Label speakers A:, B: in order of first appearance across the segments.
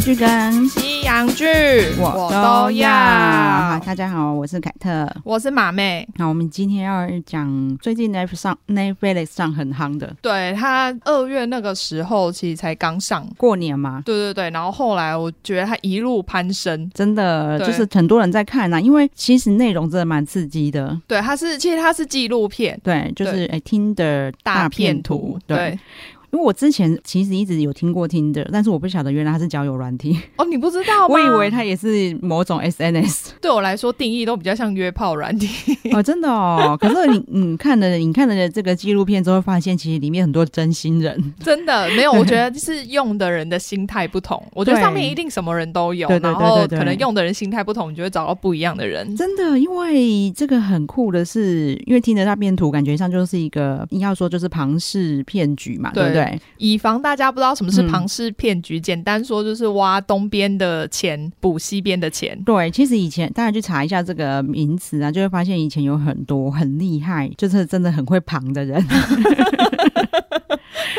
A: 剧跟
B: 西洋剧
A: 好大家好，我是凯特。
B: 我是马妹，
A: 那我们今天要讲最近 Netflix 上 Netflix 上很夯的
B: 对他二月那个时候其实才刚上，
A: 过年嘛，
B: 对对对，然后后来我觉得他一路攀升。
A: 真的
B: 对
A: 就是很多人在看呐、啊因为其实内容真的蛮刺激的。
B: 对，他是其实他是纪录片
A: 对，就是哎听的
B: 大
A: 片
B: 片图，
A: 对，因为我之前其实一直有听过听的，但是我不晓得原来它是交友软体，
B: 哦，你不知道吗？
A: 我以为它也是某种 SNS。
B: 对我来说定义都比较像约炮软体，
A: 哦，真的哦。可是你你看了你看了这个纪录片之后，发现其实里面很多真心人。
B: 真的没有。我觉得是用的人的心态不同，我觉得
A: 对
B: 上面一定什么人都有，
A: 对对对
B: 然后
A: 对对
B: 可能用的人心态不同，你就会找到不一样的人。
A: 真的，因为这个很酷的是，因为听着大变图，感觉上就是一个硬要说就是庞氏骗局嘛，对不对？
B: 对以防大家不知道什么是
A: 嗯
B: 庞氏骗局，简单说就是挖东边的钱补西边的钱。
A: 对，其实以前大家去查一下这个名词啊，就会发现以前有很多很厉害，就是真的很会庞的 人。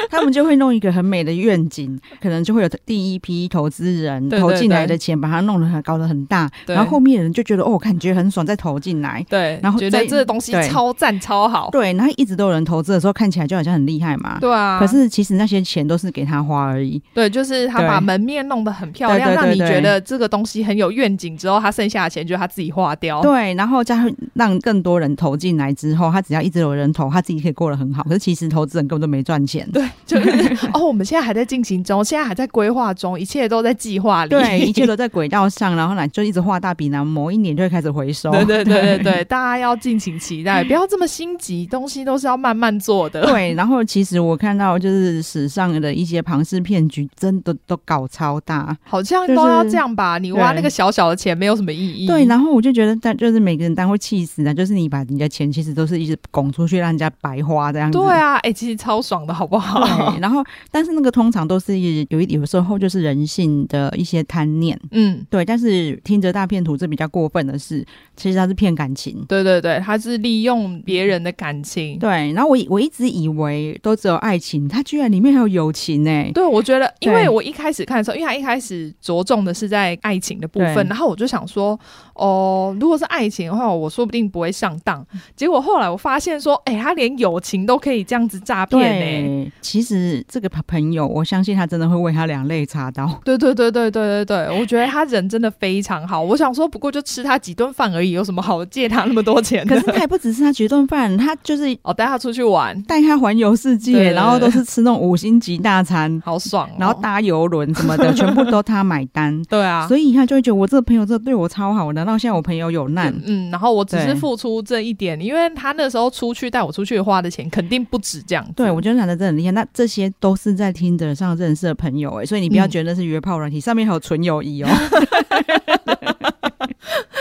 A: 他们就会弄一个很美的愿景，可能就会有第一批投资人
B: 对对
A: 投进来
B: 对
A: 的钱，把它弄得很搞得很大，
B: 对
A: 然后后面的人就觉得哦，感觉很爽，再投进来。
B: 对，
A: 然后
B: 觉得
A: 再
B: 这个东西
A: 对
B: 超赞超好。
A: 对，然后一直都有人投资的时候，看起来就好像很厉害嘛。
B: 对啊，
A: 可是其实那些钱都是给他花而已。
B: 对，就是他
A: 对
B: 把门面弄得很漂亮，
A: 对对
B: 让
A: 对
B: 你
A: 对
B: 觉得这个东西很有愿景。之后他剩下的钱就他自己花掉。
A: 对，然后加上让更多人投进来之后，他只要一直有人投，他自己可以过得很好。可是其实投资人根本都没赚钱。
B: 对，就是 哦，我们现在还在进行中，现在还在规划中，一切都在计划里。
A: 对，一切都在轨道上，然后呢就一直画大饼，然后某一年就会开始回收。
B: 对对对对对，大家要尽情期待，不要这么心急，东西都是要慢慢做的。
A: 对，然后其实我看到就是史上的一些庞氏骗局，真的都搞超大。
B: 好像
A: 就是
B: 都要这样吧？你挖
A: 对
B: 那个小小的钱没有什么意义。
A: 对，然后我就觉得，但就是每个人单会气死的，就是你把你的钱其实都是一直拱出去，让人家白花这样子。
B: 对啊，哎、其实超爽的好不好
A: 对，？然后但是那个通常都是有一有时候就是人性的一些贪念，
B: 嗯，
A: 对。但是听着大骗图这比较过分的是，其实他是骗感情。
B: 对对对，他是利用别人的感情。
A: 对，然后我以我一直以为都只有爱情，它居然里面还有友情呢、欸
B: 对，我觉得，因为
A: 对
B: 我一开始看的时候，因为他一开始着重的是在爱情的部分，
A: 对
B: 然后我就想说，哦，如果是爱情的话，我说不定不会上当。结果后来我发现说，哎、他连友情都可以这样子诈骗欸呢、
A: 对，其实这个朋友，我相信他真的会为他两肋插刀。
B: 对对对对对对对，我觉得他人真的非常好。我想说，不过就吃他几顿饭而已，有什么好借他那么多钱
A: 可
B: 的
A: 是？他也不只是他几顿饭，他就是
B: 哦，带他出去玩，
A: 带他环游世
B: 对
A: 界，然后都是吃那种五星级大餐，
B: 好爽、哦。
A: 然后搭游轮什么的，全部都他买单。
B: 对啊，
A: 所以他就会觉得我这个朋友真的对我超好，难道现在我朋友有难？
B: 嗯，然后我只是
A: 对
B: 付出这一点，因为他那时候出去带我出去花的钱肯定不止这样子。
A: 对，我觉得男的真的很厉害。那这些都是在听着上认识的朋友哎、所以你不要
B: 嗯
A: 觉得那是约炮软体，上面还有纯友谊 哦。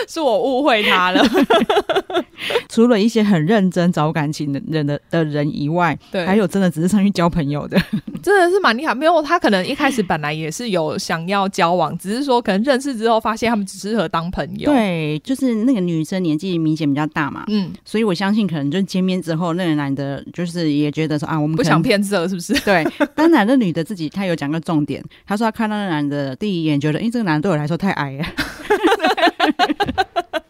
B: 是我误会他 了。
A: 除了一些很认真找感情的人的的人以外，
B: 对，
A: 还有真的只是上去交朋友 的。
B: 真的是蛮厉害，没有他可能一开始本来也是有想要交往，只是说可能认识之后发现他们只适合当朋友。，
A: 对，就是那个女生年纪明显比较大嘛，
B: 嗯，
A: 所以我相信可能就见面之后，那个男的就是也觉得说啊，我们
B: 不
A: 可
B: 想
A: 能
B: 骗色是 不是？
A: 对，当然那女的自己她有讲个重点，她说她看到那男的第一眼觉得，诶，这个男的对我来说太矮了。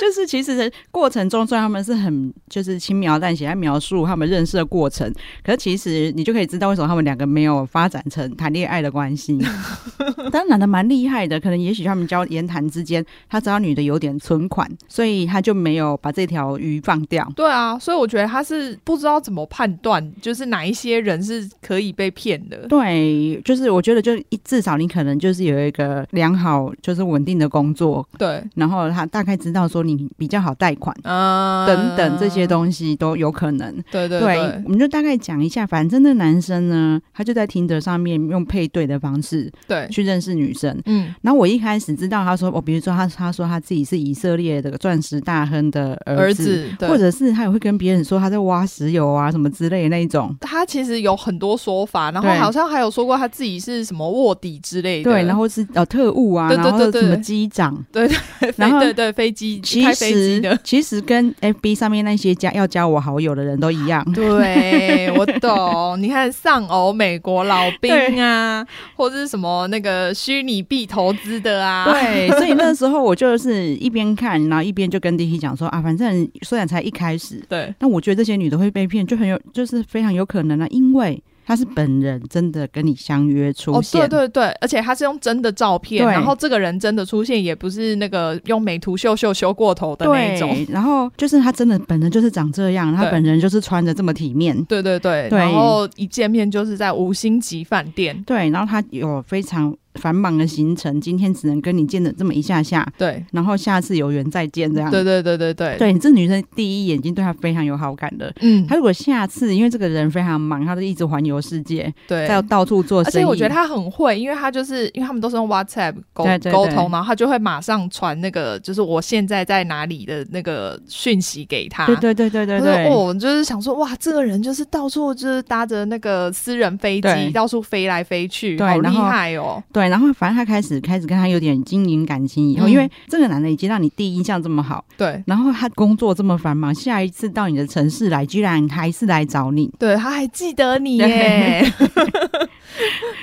A: 就是其实过程中虽然他们是很就是轻描淡写在描述他们认识的过程，可是其实你就可以知道为什么他们两个没有发展成谈恋爱的关系。 当然的蛮厉害的，可能也许他们交言谈之间，他知道女的有点存款，所以他就没有把这条鱼放掉。
B: 对啊，所以我觉得他是不知道怎么判断，就是哪一些人是可以被骗的。
A: 对，就是我觉得就一至少你可能就是有一个良好就是稳定的工作，
B: 对，
A: 然后他大概知道说你比较好贷款。
B: 嗯，
A: 等等这些，东西都有可能，
B: 对对对
A: 我们就大概讲一下。反正那男生呢，他就在听着上面用配对的方式
B: 对，
A: 去认识女生。
B: 嗯，
A: 然后我一开始知道他说，哦，比如说他他说他自己是以色列的钻石大亨的
B: 儿
A: 儿子，
B: 子，对
A: 或者是他也会跟别人说他在挖石油啊什么之类的那一种。
B: 他其实有很多说法，然后
A: 对
B: 好像还有说过他自己是什么卧底之类的，
A: 对，然后是呃特务啊，
B: 对对对
A: 然后
B: 对
A: 什么机长，
B: 对对，
A: 然后
B: 对对飞机
A: 其其
B: 开飞机
A: 实
B: 的。
A: 其实跟 FB 上面那些加要加我好友的人都一样，
B: 对，我懂。你看丧偶美国老兵啊，或者是什么那个虚拟币投资的啊，
A: 对，所以那时候我就是一边看，然后一边就跟 D T 讲说啊，反正虽然才一开始，
B: 对
A: 但我觉得这些女的会被骗，就很有，就是非常有可能啊，因为她是本人真的跟你相约出
B: 哦，
A: 现，
B: 对对对，而且他是用真的照片，
A: 对
B: 然后这个人真的出现，也不是那个用美图秀秀修过头的那一种。
A: 对然后就是她真的本人就是长这样，她
B: 对
A: 本人就是穿着这么体面。
B: 对对对，
A: 对
B: 然后一见面就是在五星级饭店，
A: 对，然后她有非常繁忙的行程，今天只能跟你见的这么一下下，
B: 对，
A: 然后下次有缘再见这样。
B: 对对对对对，
A: 对，你这女生第一眼睛对她非常有好感的。
B: 嗯，
A: 她如果下次因为这个人非常忙，她就一直环游世界，
B: 对，
A: 在到处做
B: 而
A: 生意。
B: 且我觉得他很会，因为他就是因为他们都是用 WhatsApp 沟
A: 对对对
B: 沟通，然后他就会马上传那个就是我现在在哪里的那个讯息给他。
A: 对对对对对
B: 我说
A: 对，
B: 哦，我就是想说，哇，这个人就是到处就是搭着那个私人飞机
A: 对
B: 到处飞来飞去，
A: 对
B: 好厉
A: 然后
B: 害哦！
A: 对，然后反正他开始开始跟他有点经营感情以后，
B: 嗯
A: 因为这个男的已经让你第一印象这么好，
B: 对，
A: 然后他工作这么繁忙，下一次到你的城市来，居然还是来找你。
B: 对，他还记得你
A: 对
B: 耶，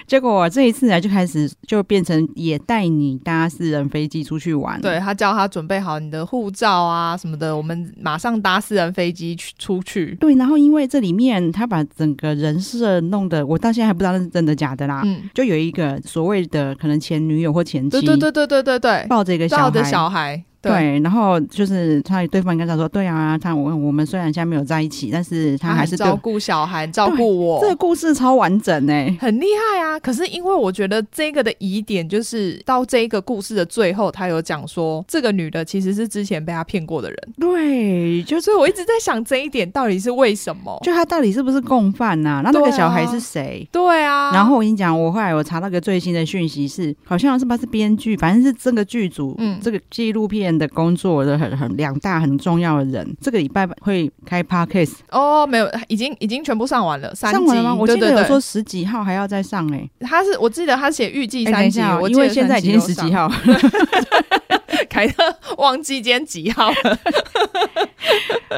A: 结果这一次来就开始就变成也带你搭私人飞机出去玩。
B: 对他叫他准备好你的护照啊什么的，我们马上搭私人飞机去出去。
A: 对，然后因为这里面他把整个人设弄得，我到现在还不知道那是真的假的啦。
B: 嗯，
A: 就有一个所谓的可能前女友或前妻，
B: 对对对对对对对，
A: 抱着一个小
B: 抱
A: 孩，
B: 着小孩，对，
A: 对，然后就是他对方跟他说，对啊，他我我们虽然现在没有在一起，但是他还
B: 很
A: 是对
B: 嗯照顾小孩，照顾我
A: 这，个故事超完整哎、
B: 很厉害啊！可是因为我觉得这个的疑点就是到这一个故事的最后，他有讲说这个女的其实是之前被他骗过的人，
A: 对，就
B: 就所以我一直在想这一点到底是为什么？
A: 就他到底是不是共犯呐、那那个
B: 对啊
A: 小孩是谁？
B: 对啊，
A: 然后我跟你讲，我后来我查到个最新的讯息是，好像是不是编剧，反正是这个剧组，
B: 嗯
A: 这个纪录片的工作的很很两大很重要的人，这个礼拜会开 podcast，
B: 哦，没有，已经已经全部上完了，三集
A: 上完了吗？我
B: 对
A: 记
B: 对
A: 得有
B: 对
A: 说，十几号还要再上哎、
B: 他是我记得他写预
A: 哎
B: 计
A: 等
B: 三
A: 一
B: 集，
A: 下哦
B: 我记
A: 因
B: 得
A: 为现在已经十
B: 三
A: 几
B: 集
A: 号，
B: 有上，凯特忘记今天几 号了，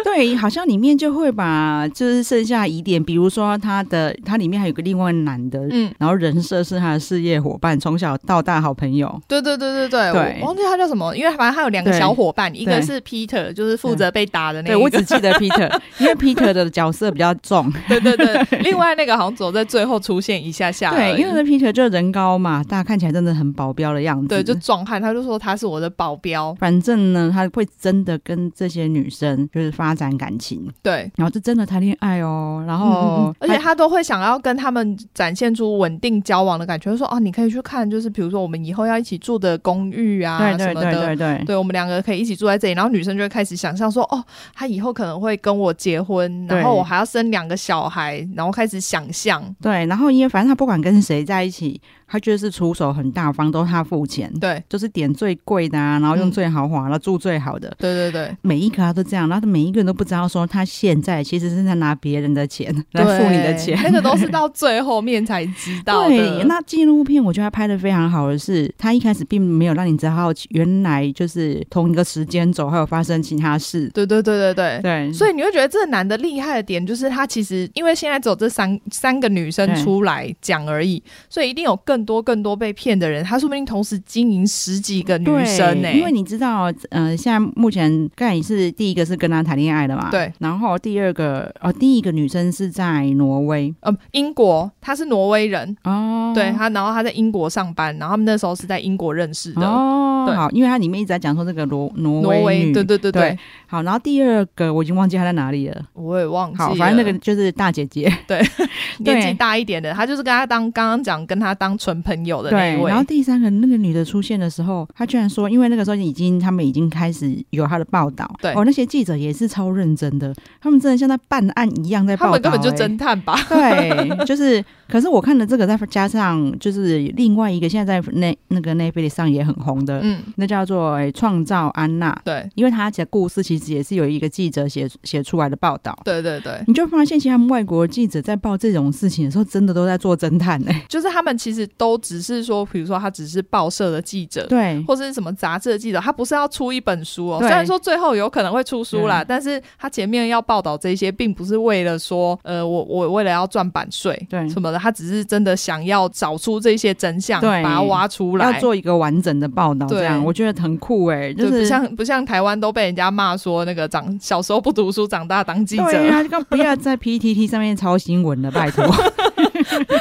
A: 对，好像里面就会把就是剩下疑点，比如说他的他里面还有个另外男的，
B: 嗯。
A: 然后人设是他的事业伙伴，从小到大好朋友。
B: 对对对对对，
A: 对
B: 我忘记他叫什么，因为反正他有两个
A: 对
B: 小伙伴，一个
A: 对
B: 是 Peter，就是负责被打的那
A: 对
B: 一个，
A: 我只记得 Peter，因为 Peter 的角色比较重。
B: 对对对，另外那个好像只有在最后出现一下下而已，
A: 对，因为那 Peter 就人高嘛，大家看起来真的很保镖的样子。
B: 对就壮汉，他就说他是我的保镖，
A: 反正呢，他会真的跟这些女生就是发展感情，
B: 对。
A: 然后就真的谈恋爱哦。然后
B: 哦，而且他都会想要跟他们展现出稳定交往的感觉，就说哦，你可以去看，就是比如说我们以后要一起住的公寓啊
A: 对
B: 什
A: 对
B: 么
A: 对
B: 的，
A: 对对。
B: 对我们两个可以一起住在这里，然后女生就会开始想象说，哦，他以后可能会跟我结婚，
A: 对
B: 然后我还要生两个小孩，然后开始想象，
A: 对，然后因为反正他不管跟谁在一起，他就是出手很大方，都是他付钱。
B: 对
A: 就是点最贵的啊，然后用
B: 嗯
A: 最豪华，然后住最好的，
B: 对对对，
A: 每一个他都这样，然后每一个人都不知道说他现在其实是在拿别人的钱来付你的
B: 对
A: 钱。
B: 那个都是到最后面才知道 的。
A: 对，那纪录片我觉得他拍的非常好的是，他一开始并没有让你知道原来就是同一个时间轴还有发生其他事。
B: 对对对对对，
A: 对，
B: 所以你会觉得这个男的厉害的点，就是他其实因为现在只有这三三个女生出来讲而已，所以一定有更多更多被骗的人，他说不定同时经营十几个女
A: 对
B: 生呢、
A: 因为你知道，呃，现在目前盖你是第一个是跟他谈恋爱的嘛，
B: 对，
A: 然后第二个哦，第一个女生是在挪威
B: 呃，英国他是挪威人，
A: 哦，
B: 对他，然后他在英国上班，然后他们那时候是在英国认识的，
A: 哦，
B: 对
A: 好，因为它里面一直在讲说这个挪挪
B: 挪
A: 威
B: 威，
A: 女，
B: 对对对对，
A: 对好，然后第二个我已经忘记她在哪里了。
B: 我也忘记了，
A: 好，反正那个就是大姐姐，
B: 年纪
A: 对
B: 大一点的，他就是跟他当刚刚讲跟他当纯朋友的那 一
A: 对。
B: 位
A: 然，后第三个那个女的出现的时候，她居然说，因为那个时候已经他们已经开始有她的报道，
B: 对
A: 哦，那些记者也是超认真的，他们真的像在办案一样在
B: 他
A: 报道、
B: 们根本就
A: 欸
B: 侦 探 吧，
A: 对，就是，可是我看了这个，再加上就是另外一个现在在那那个 Netflix 上也很红的，
B: 嗯，
A: 那叫做欸《创、造安娜》，
B: 对
A: 因为他的故事其实也是有一个记者写写出来的报道，
B: 对对对。
A: 你就发现，其实他们外国记者在报这种种事情的时候，真的都在做侦探呢、欸
B: 就是他们其实都只是说，比如说他只是报社的记者，
A: 对，
B: 或者是什么杂志的记者，他不是要出一本书哦。
A: 对嗯
B: 虽然说最后有可能会出书啦，但是他前面要报道这些，并不是为了说，呃，我我为了要赚版税，
A: 对
B: 什么的，他只是真的想要找出这些真相，
A: 对
B: 把它挖出来。
A: 要做一个完整的报道，
B: 对
A: 这样我觉得很酷哎、就
B: 就是不像不像台湾都被人家骂说那个长小时候不读书，长大当记
A: 对
B: 者，
A: 啊，更不要在 PTT 上面抄新闻了，拜托。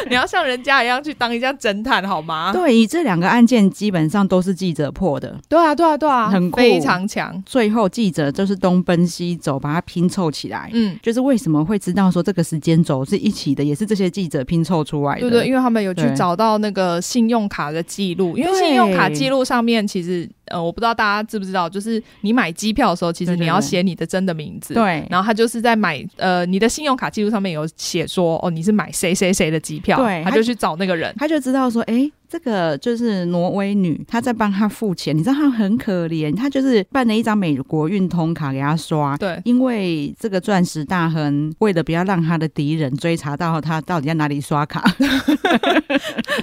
B: 你要像人家一样去当一下侦探好吗？
A: 对，以这两个案件基本上都是记者破的，
B: 对啊，对啊，对啊，
A: 很酷
B: 非常强。
A: 最后记者就是东奔西走，把它拼凑起来。
B: 嗯，
A: 就是为什么会知道说这个时间轴是一起的，也是这些记者拼凑出来的。
B: 对对，因为他们有去
A: 对
B: 找到那个信用卡的记录，因为
A: 对
B: 信用卡记录上面其实呃，我不知道大家知不知道，就是你买机票的时候，其实
A: 对对
B: 你要
A: 对
B: 写你的真的名字。
A: 对
B: 然后他就是在买呃，你的信用卡记录上面有写说哦，你是买谁谁谁的机票，
A: 对
B: 他
A: 他
B: 就去找那 个人。
A: 他就知道说，哎、这个就是挪威女，她在帮他付钱。你知道她很可怜，她就是办了一张美国运通卡给他刷。
B: 对
A: 因为这个钻石大亨为了不要让他的敌人追查到他到底在哪里刷 卡，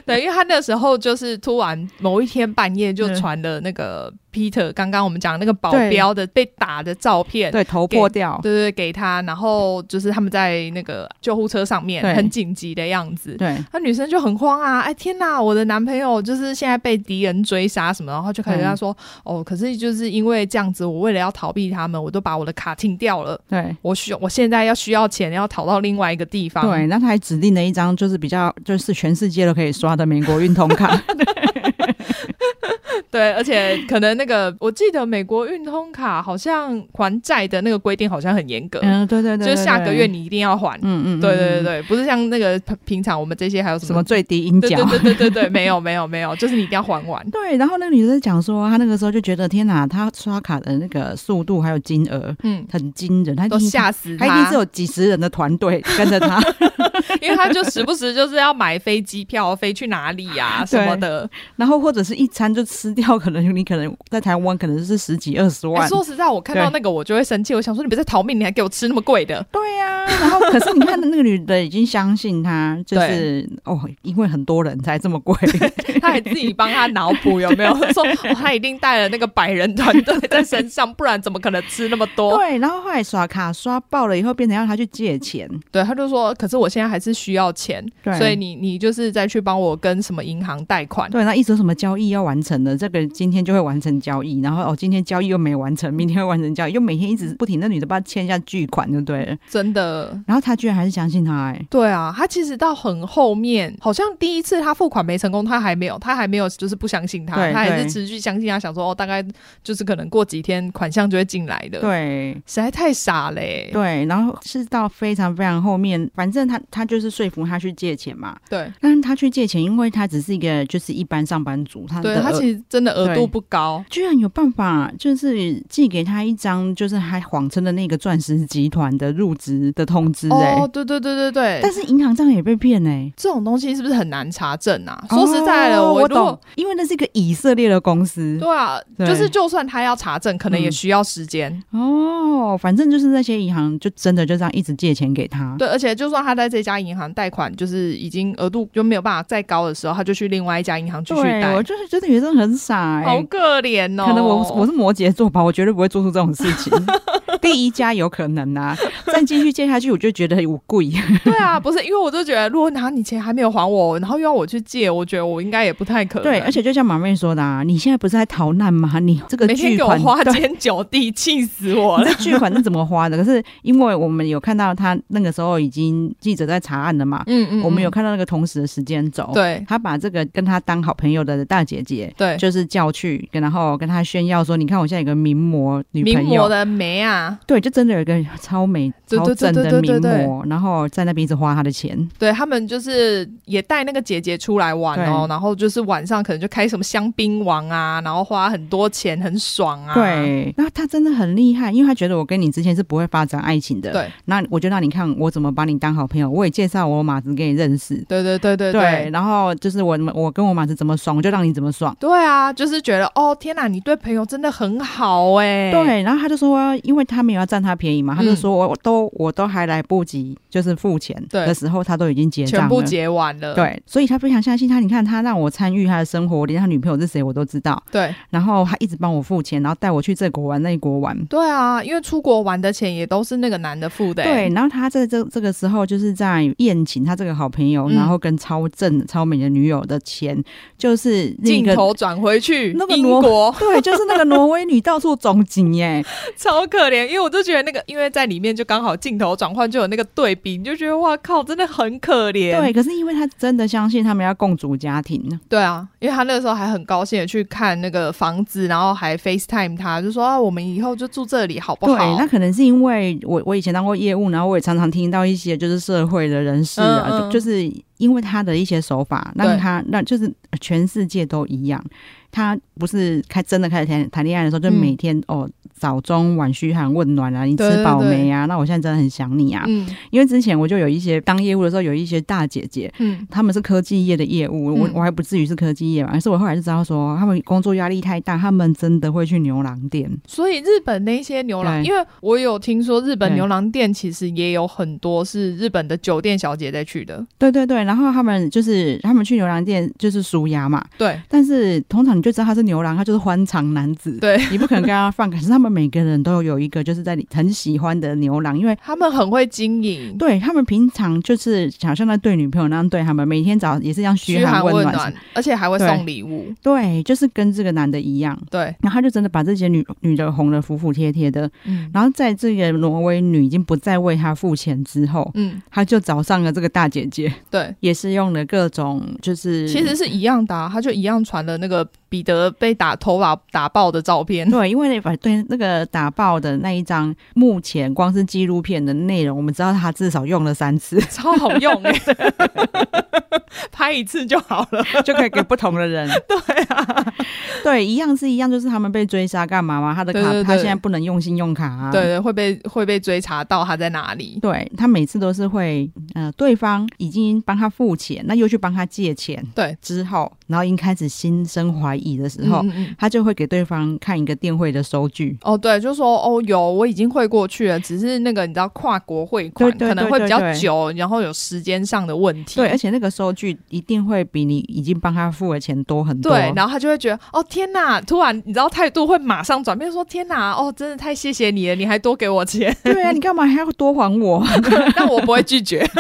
B: 对，因为他那时候就是突然某一天半夜就
A: 嗯
B: 传了那个 Peter 刚刚我们讲那个保
A: 对
B: 镖的被打的照片，
A: 对，头破掉，
B: 对对，给他，然后就是他们在那个救护车上面
A: 对
B: 很紧急的样子，
A: 对
B: 那女生就很慌啊！哎天哪，我的男朋友就是现在被敌人追杀什么，然后就开始跟他说：“
A: 嗯
B: 哦，可是就是因为这样子，我为了要逃避他们，我都把我的卡停掉了。
A: 对
B: 我需我现在要需要钱，要逃到另外一个地方。”
A: 对，那他还指定了一张就是比较就是全世界都可以刷的美国运通卡，
B: 对，而且可能那个我记得美国运通卡好像还债的那个规定好像很严格，
A: 嗯，对对对
B: 就是下个月，你一定要还。
A: 对对嗯嗯，嗯
B: 对对对，对，不是像那个平常我们这些还有什
A: 什么
B: 么
A: 最低音
B: 对
A: 角
B: 对。对对对对，没有没有没有，就是你一定要还完。
A: 对，然后那个女生讲说，她那个时候就觉得天哪，她刷卡的那个速度还有金额
B: 嗯，
A: 很惊人，她一
B: 都
A: 定是
B: 吓死
A: 她
B: 他，
A: 一定是有几十人的团队跟着 她，
B: 因为他就时不时就是要买飞机票飞去哪里呀、什么的。
A: 然后或者是一餐就吃掉，可能你可能在台湾可能是十几二十
B: 哎
A: 万，
B: 说实在，我看到那个我就会生气，我想说你不是在逃命，你还给我吃那么贵的？
A: 对呀、 然后可是你看那个女的已经相信他，就是哦，因为很多人才这么贵，
B: 他还自己帮他脑补有没有？说、哦、他一定带了那个百人团队在身上，不然怎么可能吃那么 多？
A: 对，然后后来刷卡刷爆了以后，变成让他去借钱，
B: 对，他就说，可是我现在还是需要钱，
A: 对
B: 所以你你就是再去帮我跟什么银行贷款。
A: 对，那一直有什么交易要完成的，这个今天就会完成交易，然后哦，今天交易又没完成，明天会完成交易，又每天一直不停，那女的帮他欠下巨款，就对了，
B: 真的，
A: 然后他居然还是相信他、哎，
B: 对啊，他其实到很后面，好像第一次他付款没成功，他还没有，他还没有就是不相信他，
A: 对
B: 他还
A: 对
B: 是持续相信他，想说哦，大概就是可能过几天款项就会进来的。，
A: 对。
B: 实在太傻嘞、
A: 对，然后是到非常非常后面，反正他他就是说服他去借钱嘛。
B: 对
A: 但是他去借钱，因为他只是一个就是一般上班族，他
B: 对，
A: 的呃
B: 他其实真的额
A: 对
B: 度不高。
A: 居然有办法，就是寄给他一张，就是还谎称的那个钻石集团的入职的通知、欸，
B: 哦，对对对对对，
A: 但是银行账也被骗哎、
B: 这种东西是不是很难查证啊？说实在的，
A: 哦
B: 我
A: 我
B: 如果
A: 懂，因为那是一个以色列的公司
B: 对啊，
A: 对
B: 就是就算他要查证，可能也
A: 嗯
B: 需要时间。
A: 哦，反正就是那些银行就真的就这样一直借钱给他，
B: 对，而且就算他在这家银行贷款，就是已经额度就没有办法再高的时候，他就去另外一家银行继续
A: 对
B: 贷
A: 我。就是觉得女生很傻、欸，
B: 好可怜哦！
A: 可能我我是摩羯座吧，我绝对不会做出这种事 情。第一家有可能啊，再继续借下去，我就觉得我 贵。
B: 对啊，不是因为我就觉得，如果拿你钱还没有还我，然后又要我去借，我觉得我应该也不太可能。
A: 对，而且就像马妹说的啊，你现在不是在逃难吗？你这个
B: 每天
A: 巨
B: 给我
A: 款，
B: 花
A: 对
B: 天酒地，气死我
A: 你
B: 了。
A: 这巨款是怎么花的？可是因为我们有看到他那个时候已经记者在查案了嘛，
B: 嗯嗯
A: 我们有看到那个同时的时间轴，，
B: 对
A: 他把这个跟他当好朋友的大姐姐。
B: 对，
A: 就是叫去，跟然后跟他炫耀说：“你看我现在有个名模女
B: 名
A: 朋
B: 模
A: 友，
B: 的眉啊，
A: 对，就真的有一个超美
B: 对
A: 超
B: 对对
A: 正
B: 对
A: 的
B: 对对
A: 名
B: 对
A: 模，然后在那边一直花他的钱。”
B: 对他们就是也带那个姐姐出来玩哦，然后就是晚上可能就开什么香槟王啊，然后花很多钱，很爽啊。
A: 对，那他真的很厉害，因为他觉得我跟你之前是不会发展爱情的。
B: 对，
A: 那我就让你看我怎么把你当好朋友们，我也介绍我马子给你认识。
B: 对对对对
A: 对，然后就是我们我跟我马子怎么爽，我就让你怎么爽。
B: 对啊，就是觉得哦天哪，你对朋友真的很好哎、
A: 对，然后他就说，因为他没有要占他便宜嘛，他就
B: 嗯
A: 说我我都我都还来不及，就是付钱
B: 对
A: 的时候，他都已经结账
B: 全
A: 了。
B: 部结完了。
A: 对，所以他非常相信他。你看，他让我参与他的生活，连他女朋友是谁我都知道。
B: 对
A: 然后他一直帮我付钱，然后带我去这国玩那国玩。
B: 对啊，因为出国玩的钱也都是那个男的付的、欸。
A: 对，然后他在这这个时候就是在宴请他这个好朋友，
B: 嗯
A: 然后跟超正超美的女友的钱，就是那
B: 镜
A: 个
B: 头转回去
A: 那个
B: 英
A: 挪，
B: 国
A: 对，就是那个挪威女到处总景 耶，
B: 超可怜，因为我就觉得那个，因为在里面就刚好镜头转换就有那个对比，你就觉得哇靠，真的很可怜。
A: 对，可是因为他真的相信他们要共组家庭，
B: 对啊，因为他那个时候还很高兴的去看那个房子，然后还 FaceTime 他，就说啊，我们以后就住这里好不
A: 对，
B: 好？
A: 那可能是因为我我以前当过业务，然后我也常常听到一些就是社会的人士啊，
B: 嗯嗯
A: 就就是因为他的一些手法，
B: 对
A: 让他让就是呃全世界都一样，他不是开真的开始谈谈恋爱的时候，就
B: 嗯
A: 每天、哦早中晚嘘寒问暖啊，你
B: 对
A: 吃
B: 对
A: 饱
B: 对
A: 没啊？那我现在真的很想你啊，
B: 嗯
A: 因为之前我就有一些当业务的时候，有一些大姐姐，
B: 嗯，
A: 他们是科技业的业务，我
B: 嗯
A: 我还不至于是科技业嘛，可是我后来就知道说，他们工作压力太大，他们真的会去牛郎店。
B: 所以日本那些牛郎，
A: 对
B: 因为我有听说日本
A: 对
B: 牛郎店其实也有很多是日本的酒店小姐在去的，
A: 对对对，然后他们就是他们去牛郎店就是舒压嘛，
B: 对
A: 但是通常你就知道他是牛郎，他就是欢场男子，
B: 对，
A: 你不可能跟他放。可是他们每个人都有一个就是在里很喜欢的牛郎，因为。
B: 他们很会经营，
A: 对他们平常就是好像在对女朋友那样对他们，每天早也是这样嘘
B: 嘘
A: 寒
B: 寒
A: 问
B: 问
A: 暖，
B: 暖，而且还会
A: 对
B: 送礼物，
A: 对，就是跟这个男的一样。
B: 对，
A: 然后他就真的把这些女女的哄得服服帖帖的。
B: 嗯
A: 然后在这个挪威女已经不再为他付钱之后，
B: 嗯，
A: 他就找上了这个大姐姐，
B: 对，
A: 也是用了各种就是
B: 其实是一样的、啊，他就一样传了那个彼得被打头发打爆的照片。
A: 对，因为那把对那个打爆的那一张，目前光是纪录片的内容，我们知道他至少用了三 次，
B: 超好用哎、 拍一次就好了。
A: 就可以给不同的人。 对啊，对，一样是一样，就是他们被追杀干嘛嘛？他的卡
B: 对对对
A: 他现在不能用信用卡、啊。
B: 对。对，会被会被追查到他在哪里。
A: 对他每次都是会，呃，对方已经帮他付钱，那又去帮他借钱
B: 对，
A: 之后，然后已经开始心生怀疑的时
B: 然后
A: 候，。
B: 嗯
A: 他就会给对方看一个电汇的收据，
B: 哦，对，就说哦，有我已经汇过去了，只是那个你知道跨国汇款
A: 对对
B: 可能会比
A: 对
B: 较
A: 对
B: 久，然后有时间上的问题。
A: 对，而且那个收据一定会比你已经帮他付的钱多很多。
B: 对，然后他就会觉得哦天哪，突然你知道态度会马上转变，说天哪，哦真的太谢谢你了，你还多给我钱，
A: 对啊，你干嘛还要多还我？
B: 但我不会拒绝。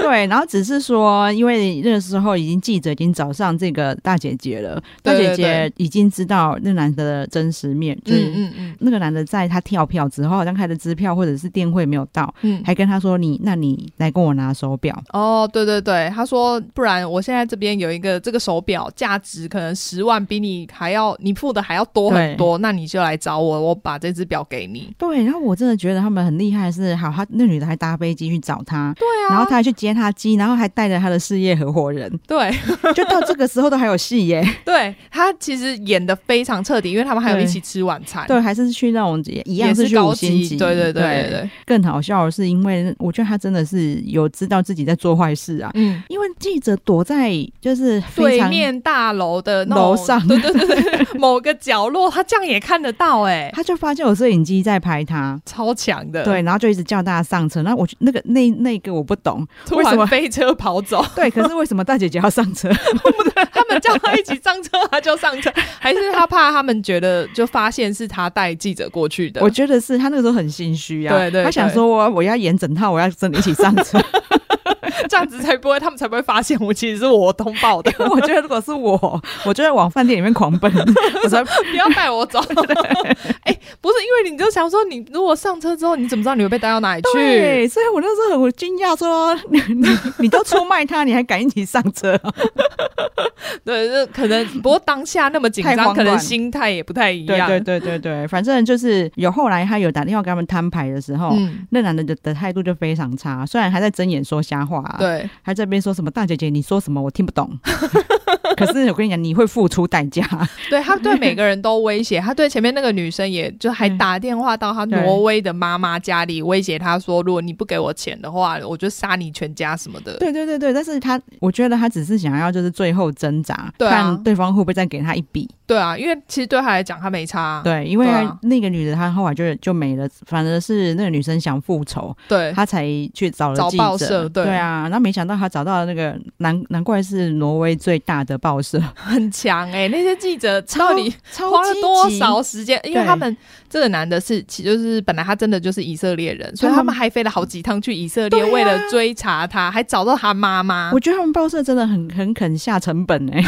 A: 对，然后只是说，因为那个时候已经记者已经找上这个大姐姐了，大
B: 对
A: 姐
B: 对
A: 姐已经知道那男的的真实面，就是。
B: 嗯嗯
A: 那个男的在他跳票之后，好像他的支票或者是电汇没有到，
B: 嗯嗯。
A: 还跟他说：“你，那你来跟我拿手表。
B: 哦，对对对，他说，不然我现在这边有一个这个手表，价值可能十万，比你还要你付的还要多很多，那你就来找我，我把这只表给你”。
A: 对，然后我真的觉得他们很厉害的是，好，他那女的还搭飞机去找他，
B: 对啊，
A: 然后他还去接他机，然后还带着他的事业合伙 人，
B: 对
A: 就到这个时候都还有戏 耶。
B: 对，他其实演的非常彻底，因为他们还有
A: 对
B: 一起吃晚餐，
A: 对，，还是去那种一样
B: 也
A: 去五
B: 高
A: 星级，
B: 级，对对对对对，
A: 更好笑的是，因为我觉得他真的是有知道自己在做坏事啊。
B: 嗯。
A: 因为记者躲在就是非
B: 对
A: 常，
B: 面大楼的那
A: 楼
B: 种
A: 上
B: 对对对对，某个角落，他这样也看得到、欸， 哎，
A: 他就发现有摄影机在拍他，
B: 超强的。，
A: 对，然后就一直叫大家上车。然后我那个那那个我不 懂，
B: 突
A: 为什么
B: 然飞车跑走，
A: 对，可是为什么大姐姐要上车？
B: 他们叫他一起上车，他就上车，还是他怕他们觉得就发现是他带记者过去的
A: 我？觉得是他那个时候很心虚啊，
B: 对对
A: 他想说我我要演整套，我要真的一起上 车。
B: 这样子才不会，他们才不会发现我其实是我通报 的，
A: 我觉得如果是我，我就会往饭店里面狂 奔，我才
B: 不要带 我走。哎、不是，因为你就想说，你如果上车之后，你怎么知道你会被带到哪里去？
A: 对，所以我那时候很惊讶，说 你你你都出卖他，你还敢一起上车？
B: 对，这可能不过当下那么紧
A: 太
B: 张，
A: 慌
B: 可
A: 乱
B: 能心态也不太一
A: 对
B: 样。
A: 对对对对，反正就是有后来他有打电话给他们摊牌的时候。
B: 嗯，
A: 那男的的的态度就非常差，虽然还在睁眼说瞎话、啊，
B: 对。
A: 还在那边说什么大姐姐，你说什么我听不懂。可是我跟你讲，你会付出代价。
B: 对他对每个人都威胁，他对前面那个女生也就
A: 嗯
B: 还打电话到他挪威的妈妈家里威胁他说，如果你不给我钱的话，我就杀你全家什么的。
A: 对对对对，但是他我觉得他只是想要就是最后挣扎，
B: 对啊
A: 看对方会不会再给他一笔。
B: 对啊，因为其实对他来讲，他没差啊。
A: 对，因为
B: 对啊
A: 那个女的她后来就就没了，反而是那个女生想复仇，
B: 对
A: 她才去找了
B: 找
A: 记
B: 报
A: 者。
B: 社对
A: 啊，然后没想到她找到了那个难难怪是挪威最大的报社，
B: 很强哎、那些记者
A: 超
B: 到底
A: 超
B: 花了
A: 积
B: 多
A: 极啊
B: 少时间？因为
A: 对
B: 他们这个男的是，其就是本来他真的就是以色列人，所以
A: 他们
B: 他们还飞了好几趟去以色列，
A: 啊对啊
B: 为了追查他，还找到他妈妈
A: 我。觉得他们报社真的很很肯下成本 哎、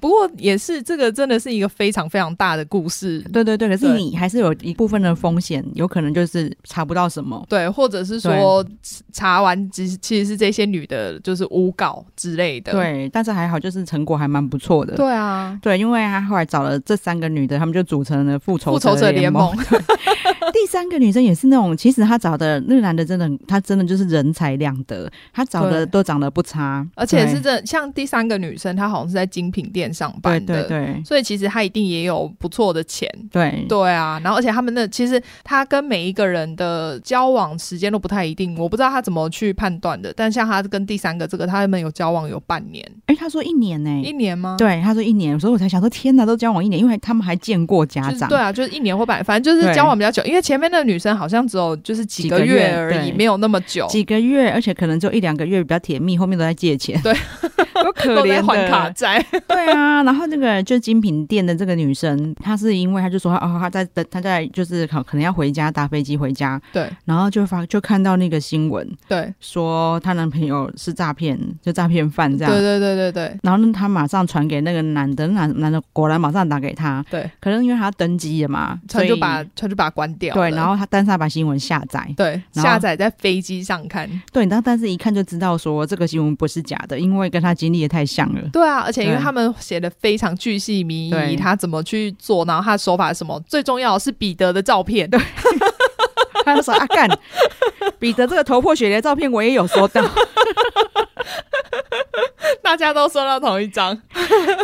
B: 不过也是这个真的是一个非常非常大的故事，
A: 对对对，可是
B: 对
A: 你还是有一部分的风险，有可能就是查不到什么。
B: 对，或者是说查完其实其实是这些女的就是诬告之类的，
A: 对，但是还好，就是成果还蛮不错的。
B: 对啊，
A: 对，因为他后来找了这三个女的，他们就组成了复仇
B: 复仇者
A: 联
B: 联盟。
A: 第三个女生也是那种，其实她找的那个男的真的很，他真的就是人财两得，他找的
B: 对
A: 都长得不差，
B: 而且
A: 对
B: 是这像第三个女生，她好像是在精品店上班
A: 对
B: 的，
A: 对对
B: 所以其实她一定也有不错的钱。
A: 对
B: 对啊，然后而且他们的其实她跟每一个人的交往时间都不太一定，我不知道她怎么去判断的。但像她跟第三个这个，他们有交往有半年，
A: 哎，他说一年呢、
B: 一年吗？
A: 对，他说一年，所以我才想说，天哪，都交往一年，因为他们还见过家
B: 就是
A: 长，
B: 对啊，就是一年或半，反正就是
A: 对
B: 交往比较久，因为前面那个女生好像只有就是几个
A: 几个月
B: 月而已，
A: 对
B: 没有那么久，
A: 几个月，而且可能就一两个月比较甜蜜，后面都在借钱，
B: 对，
A: 都可
B: 都
A: 怜
B: 在还卡
A: 的，
B: 债。
A: 对啊。然后那个就精品店的这个女生，她是因为她就说哦，她在等，她在就是可可能要回家搭飞机回家，
B: 对
A: 然后就发就看到那个新闻
B: 对
A: 说她男朋友是诈骗，就诈骗犯这
B: 对
A: 样。
B: 对对对对
A: 然后呢，她马上传给那个男的，那男男的果然马上打给她，
B: 对，
A: 可能因为她登机了嘛，所
B: 他
A: 以
B: 就把他就把它关掉了。
A: 对，然后她但是她把新闻下载，
B: 对，
A: 然后
B: 下载在飞机上看。
A: 对，但但是一看就知道说这个新闻不是假的，因为跟他经历也太像了。
B: 对啊，而且因为
A: 对
B: 他们写的非常巨细靡
A: 对
B: 遗，他怎么去做，然后他的手法是什么，最重要的是彼得的照片。对，
A: 他就说：“啊干，彼得这个头破血流的照片我也有收到。
B: 大家都收到同一张，”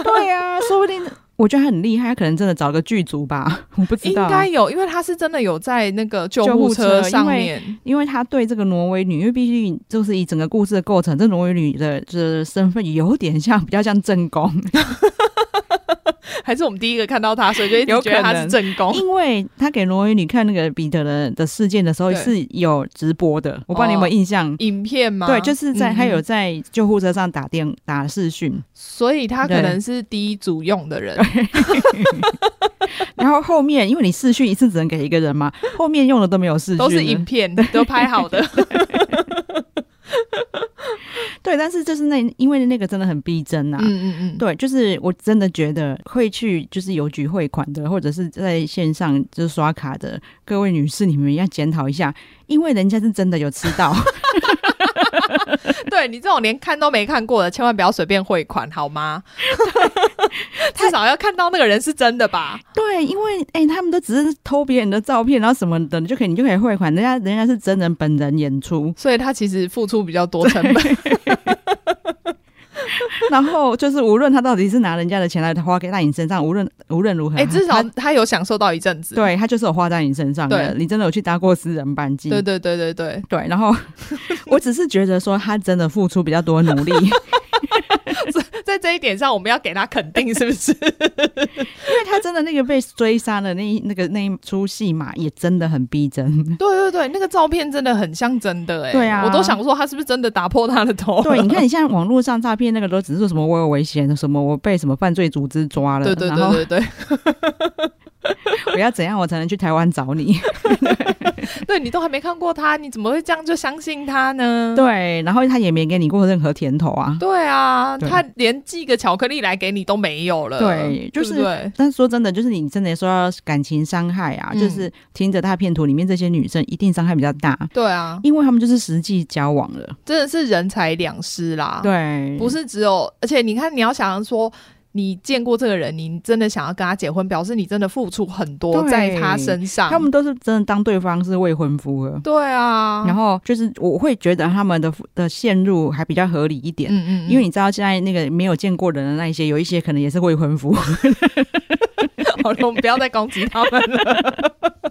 A: 对呀、说不定我觉得他很厉害，他可能真的找个剧组吧，我不 知
B: 应
A: 道。
B: 该有，因为他是真的有在那个救
A: 救护
B: 护车
A: 车
B: 上
A: 因为
B: 面。
A: 因为他对这个挪威女，因为毕竟就是以整个故事的构成，这挪威女的这身份有点像，比较像正宫，
B: 还是我们第一个看到他，所以就一
A: 有
B: 直觉得
A: 可
B: 他
A: 能
B: 是正宫。
A: 因为他给挪威女看那个彼得的的事件的时候
B: 对
A: 是有直播的，我不知道你有没有印象。
B: 影片吗？
A: 对，就是在、
B: 嗯
A: 他有，在救护车上打电打视讯，
B: 所以他
A: 对
B: 可能是第一组用的人，
A: 然后后面因为你视讯一次只能给一个人嘛，后面用的都没有视讯了，
B: 都是影片，都拍好 的。
A: 对，但是就是那因为那个真的很逼真呐、啊
B: 嗯嗯嗯，
A: 对，就是我真的觉得会去就是邮局汇款的，或者是在线上就是刷卡的各位女士，你们要检讨一下，因为人家是真的有吃到，
B: 对你这种连看都没看过的，千万不要随便汇款，好 吗？至少要看到那个人是真的吧？
A: 对，因为哎、他们都只是偷别人的照片，然后什么的，你就可以你就可以汇款，人家人家是真人本人演出，
B: 所以他其实付出比较多成本。
A: 然后就是无论他到底是拿人家的钱来花给在你身上，无论无论如何，
B: 哎、至
A: 他
B: 少他有享受到一阵子。
A: 对他就是有花在你身上的，
B: 对
A: 你真的有去搭过私人班机，
B: 对对对对对，
A: 对，然 后我只是觉得说他真的付出比较多 努力，因为
B: 在这一点上，我们要给他肯定，是不 是？
A: 他真的那个被追杀的那一那个那一出戏嘛，也真的很逼 真。
B: 对对对，那个照片真的很像真的哎、
A: 对啊
B: 我都想说他是不是真的打破他的头？
A: 对，你看你现在网络上诈骗那个都只是说什么我有危险，什么我被什么犯罪组织抓了，
B: 对对
A: 然后
B: 对对对，
A: 我要怎样我才能去台湾找 你？
B: 对你都还没看过他，你怎么会这样就相信他呢？
A: 对，然后他也没给你过任何甜头啊。
B: 对啊，
A: 对
B: 他连寄个巧克力来给你都没有了。
A: 对就是
B: 对不对
A: 但是说真的，就是你真的说到感情伤害啊，
B: 嗯
A: 就是听着大骗图里面这些女生一定伤害比较大，
B: 对啊，
A: 因为他们就是实际交往了。
B: 啊真的是人财两失啦。
A: 对，
B: 不是只有，而且你看，你要想说，你见过这个人，你真的想要跟他结婚，表示你真的付出很多
A: 对
B: 在他身上。
A: 他们都是真的当对方是未婚夫了。
B: 对啊，
A: 然后就是我会觉得他们的的陷入还比较合理一点，
B: 嗯嗯，嗯
A: 因为你知道现在那个没有见过人的那一些，有一些可能也是未婚夫，
B: 好了，我们不要再攻击他们了。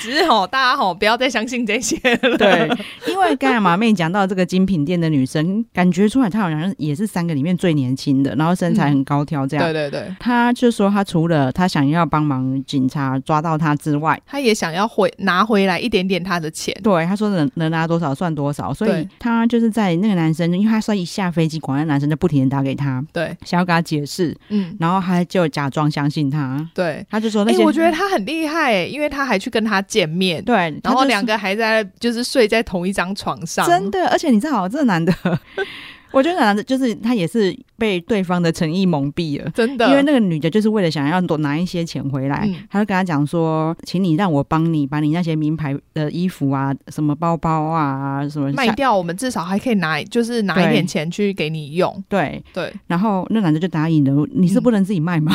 B: 只是吼，大家吼，不要再相信这些了。
A: 对，因为刚才马妹讲到这个精品店的女生，感觉出来她好像也是三个里面最年轻的，然后身材很高挑这样。
B: 嗯对对对，
A: 她就说，她除了她想要帮忙警察抓到她之外，
B: 他也想要回拿回来一点点他的钱。
A: 对她说能能拿多少算多少，所以
B: 对
A: 她就是在那个男生，因为她说一下飞机，果然男生就不停的打给她，
B: 对，
A: 想要跟她解释，
B: 嗯，
A: 然后她就假装相信他，
B: 对。
A: 她就说那
B: 哎、
A: 些，嗯
B: 我觉得他很厉害、欸，因为他还去跟他见面，
A: 对，她就
B: 然后
A: 是
B: 两个还在就是睡在同一张床上，
A: 真的，而且你知道，哦这个男的， 我觉得男的就是他也是被对方的诚意蒙蔽了。
B: 真的，
A: 因为那个女的，就是为了想要多拿一些钱回来，
B: 嗯
A: 他就跟他讲说：“请你让我帮你把你那些名牌的衣服啊、什么包包啊、什么
B: 卖
A: 下
B: 掉，我们至少还可以拿，就是拿一
A: 对
B: 点钱去给你用。
A: 对。
B: 对，”
A: 然后那男的就答应了：“你是不能自己卖吗？”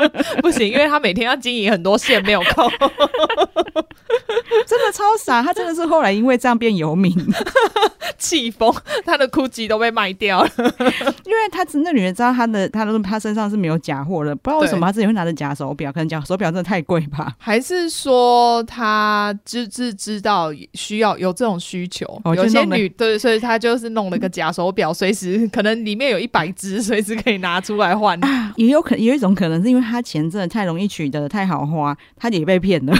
B: 不行，因为他每天要经营很多线，没有空。
A: 真的超傻，他真的是后来因为这样变游 民，因
B: 气疯，他的 GUCCI 都被卖掉了。
A: 为他只那女的知道他的他的他身上是没有假货的，不知道为
B: 对
A: 什么他自己会拿着假手表，可能假手表真的太贵吧。
B: 还是说他知知知道需要有这种需求？
A: 哦就
B: 有些
A: 弄了
B: 女对，所以他就是弄了个假手表，随时可能里面有一百只， 随时可以拿出来 换。
A: 也有可也有一种可能是因为他钱真的太容易取得，太好花，他也被骗 了。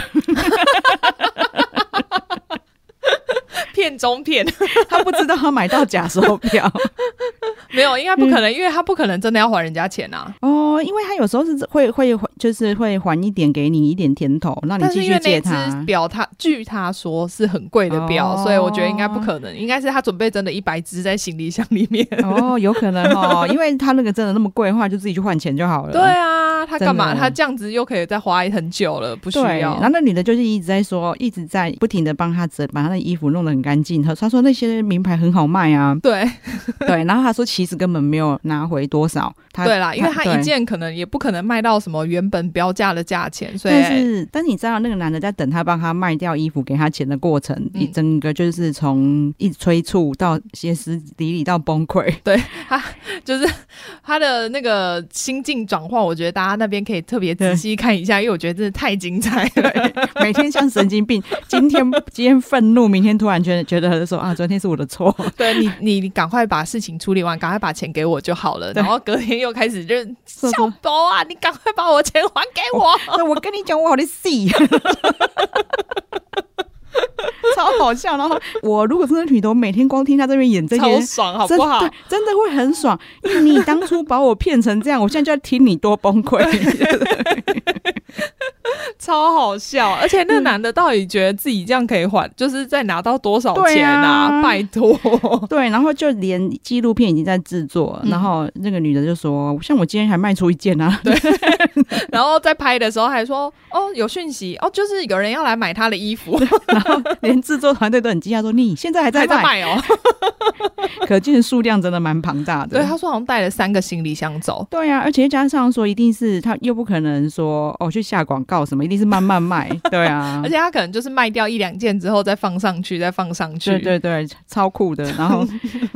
B: 骗中骗
A: 他不知道他买到假手表
B: 没有，应该不可能，因为他不可能真的要还人家钱啊。
A: 哦，因为他有时候是会会就是会还一点给你一点甜头，让嗯你
B: 但是
A: 继
B: 因
A: 续
B: 为
A: 借
B: 那
A: 他
B: 只。表他，据他说是很贵的表，
A: 哦
B: 所以我觉得应该不可能，应该是他准备真的一百只在行李箱里面。
A: 哦，有可能哦，因为他那个真的那么贵的话，就自己去换钱就好了。
B: 对啊，他干嘛？
A: 真的
B: 他这样子又可以再花很久了，不需
A: 对，
B: 要，
A: 然后。那女的就是一直在说，一直在不停的帮他折，把他的衣服弄得很干净。她她说那些名牌很好卖啊
B: 对
A: 对。然后她说其实根本没有拿回多少，她
B: 对啦，因为他
A: 对
B: 一件可能也不可能卖到什么原本标价的价钱，所
A: 但
B: 以
A: 是，但你知道那个男的在等他帮他卖掉衣服给他钱的过程，
B: 嗯
A: 一整个就是从一催促到歇斯底里到崩溃。
B: 就是 他的那个心境转换，我觉得大家那边可以特别仔细看一下，因为我觉得真的太精彩了。
A: 对，每天像神经病。今天今天愤怒，明天突然觉得觉得说啊，昨天是我的错。
B: 对你，你你赶快把事情处理完，赶快把钱给我就好了。
A: 对
B: 然后隔天又开始就是
A: 说
B: 小包啊，你赶快把我钱还给我。
A: 那我跟你讲，我好的戏， 超好笑。然后我如果真的女的，我每天光听他这边演 这
B: 超
A: 些。
B: 爽，好
A: 真
B: 不好
A: 对？，真的会很爽。因为你当初把我骗成这样，我现在就要听你多崩溃。
B: 超好笑，而且那
A: 嗯
B: 男的到底觉得自己这样可以还，就是再拿到多少钱
A: 对啊
B: 拜托，
A: 对，然后就连纪录片已经在制作，
B: 嗯
A: 然后那个女的就说，像我今天还卖出一件 啊，
B: 然后在拍的时候还说哦有讯息哦，就是有人要来买他的衣 服，
A: 连制作团队都很惊讶，说你现在还在
B: 还在
A: 卖，
B: 卖哦。
A: 可见数量真的蛮庞大的。
B: 对，他说好像带了三个行李箱走。
A: 对呀、而且加上说，一定是他又不可能说哦去下广告什么，一定是慢慢卖，对啊
B: 而，且他可能就是卖掉一两件之后再放上去，再放上去。
A: 对对对，超酷 的。然后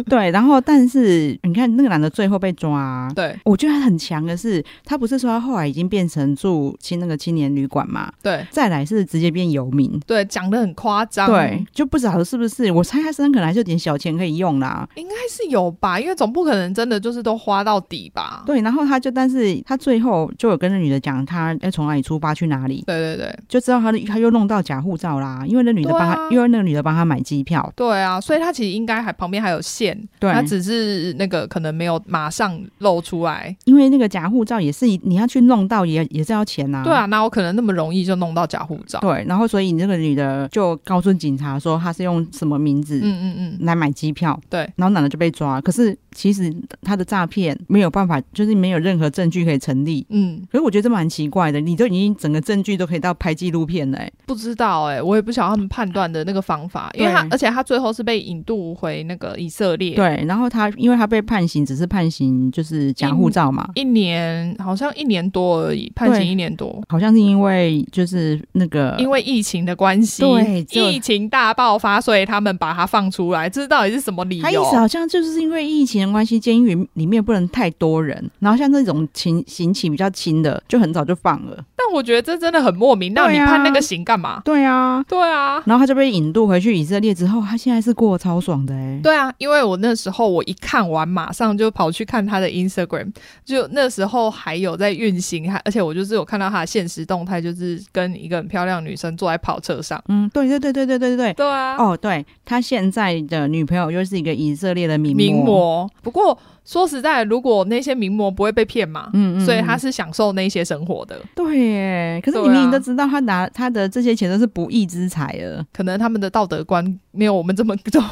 A: 对，然后但是你看那个男的最后被抓啊、
B: 对
A: 我觉得他很强的是，他不是说他后来已经变成住青那个青年旅馆嘛，
B: 对
A: 再来是直接变游民，
B: 对，讲的很夸张。
A: 对，，就不晓得是不是，我猜他身上可能还是有点小钱可以用啦。
B: 应该是有吧，因为总不可能真的就是都花到底吧。
A: 对，然后他就，但是他最后就有跟那女的讲，他要从哪里出发去哪里，
B: 对对对
A: 就知道他的他又弄到假护照啦，因为那女的帮他，
B: 对啊
A: 因为那女的帮他买机票，啊
B: 对啊，所以他其实应该还旁边还有线，
A: 对，
B: 他只是那个可能没有马上露出来，
A: 因为那个假护照也是你要去弄到也也是要钱呐、
B: 对啊，哪有可能那么容易就弄到假护照？
A: 对，然后所以你这个女的就告诉警察说她是用什么名字
B: 嗯嗯嗯，
A: 来买机票，
B: 对，
A: 然后男的就被抓。可是其实他的诈骗没有办法，就是没有任何证据可以成立。
B: 嗯，
A: 可是我觉得这蛮奇怪的，你都已经整个证据都可以到拍纪录片了、欸，
B: 不知道哎、我也不晓得他们判断的那个方法，因为他
A: 对
B: 而且他最后是被引渡回那个以色列，，
A: 对。然后他因为他被判刑，只是判刑就是假护照嘛，
B: 一年好像一年多而已，判刑
A: 对
B: 一年多。
A: 好像是因为就是那个
B: 因为疫情的关系，
A: 对就
B: 疫情大爆发，所以他们把它放出来，这到底是什么理
A: 他意
B: 由？
A: 思好像就是因为疫情的关系，监狱里面不能太多人，然后像那种情刑期比较轻的，就很早就放了。
B: 但我觉得这真的很莫名，那
A: 对
B: 你
A: 啊
B: 判那个刑干嘛？
A: 对啊，
B: 对啊，
A: 然后他就被引渡回去以色列之后，他现在是过得超爽的哎、
B: 对啊，因为我那时候我一看完，马上就跑去看他的 Instagram，就那时候还有在运行，还而且我就是有看到他的现实动态，就是跟一个很漂亮的女生坐在跑车上。
A: 嗯，对对对对对对对对。
B: 对啊，
A: 哦，对他现在的女朋友又是一个以色列的名
B: 名
A: 模，
B: 模。不过说实在，如果那些名模不会被骗嘛，
A: 嗯嗯
B: 所以他是享受那些生活的。
A: 对耶。可是你
B: 对啊
A: 明明都知道他拿他的这些钱都是不义之财 了，
B: 可能他们的道德观没有我们这么重。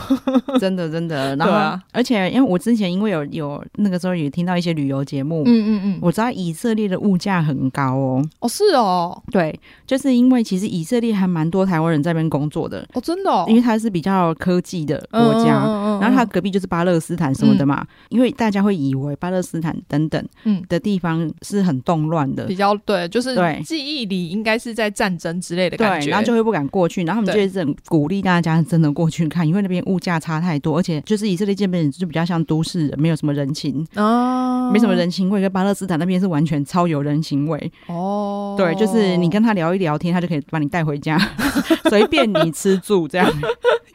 A: 真的真的。然后，
B: 对啊
A: 而且因为我之前因为有有那个时候也听到一些旅游节目，
B: 嗯嗯嗯，
A: 我知道以色列的物价很高哦，
B: 哦是哦，
A: 对，就是因为其实以色列还蛮多台湾人在那边工作的，
B: 哦真的哦，
A: 因为它是比较科技的
B: 嗯
A: 国家。
B: 嗯嗯嗯嗯
A: 然后它隔壁就是巴勒斯坦什么的嘛，因为大家会以为巴勒斯坦等等
B: 嗯
A: 的地方是很动乱的，
B: 比较对，就是
A: 对
B: 记忆里应该是在战争之类的感
A: 对，
B: 觉，
A: 然后就会不敢过去，然后他们就
B: 对
A: 一直很鼓励大家真的过去看，因为那边物价差太多，而且就是以色列这边就比较像都市人，没有什么人情，
B: 啊，
A: 没什么人情味，跟巴勒斯坦那边是完全超有人情味。
B: 哦，
A: 对，就是你跟他聊一聊天，他就可以把你带回 家，随便你吃住这样。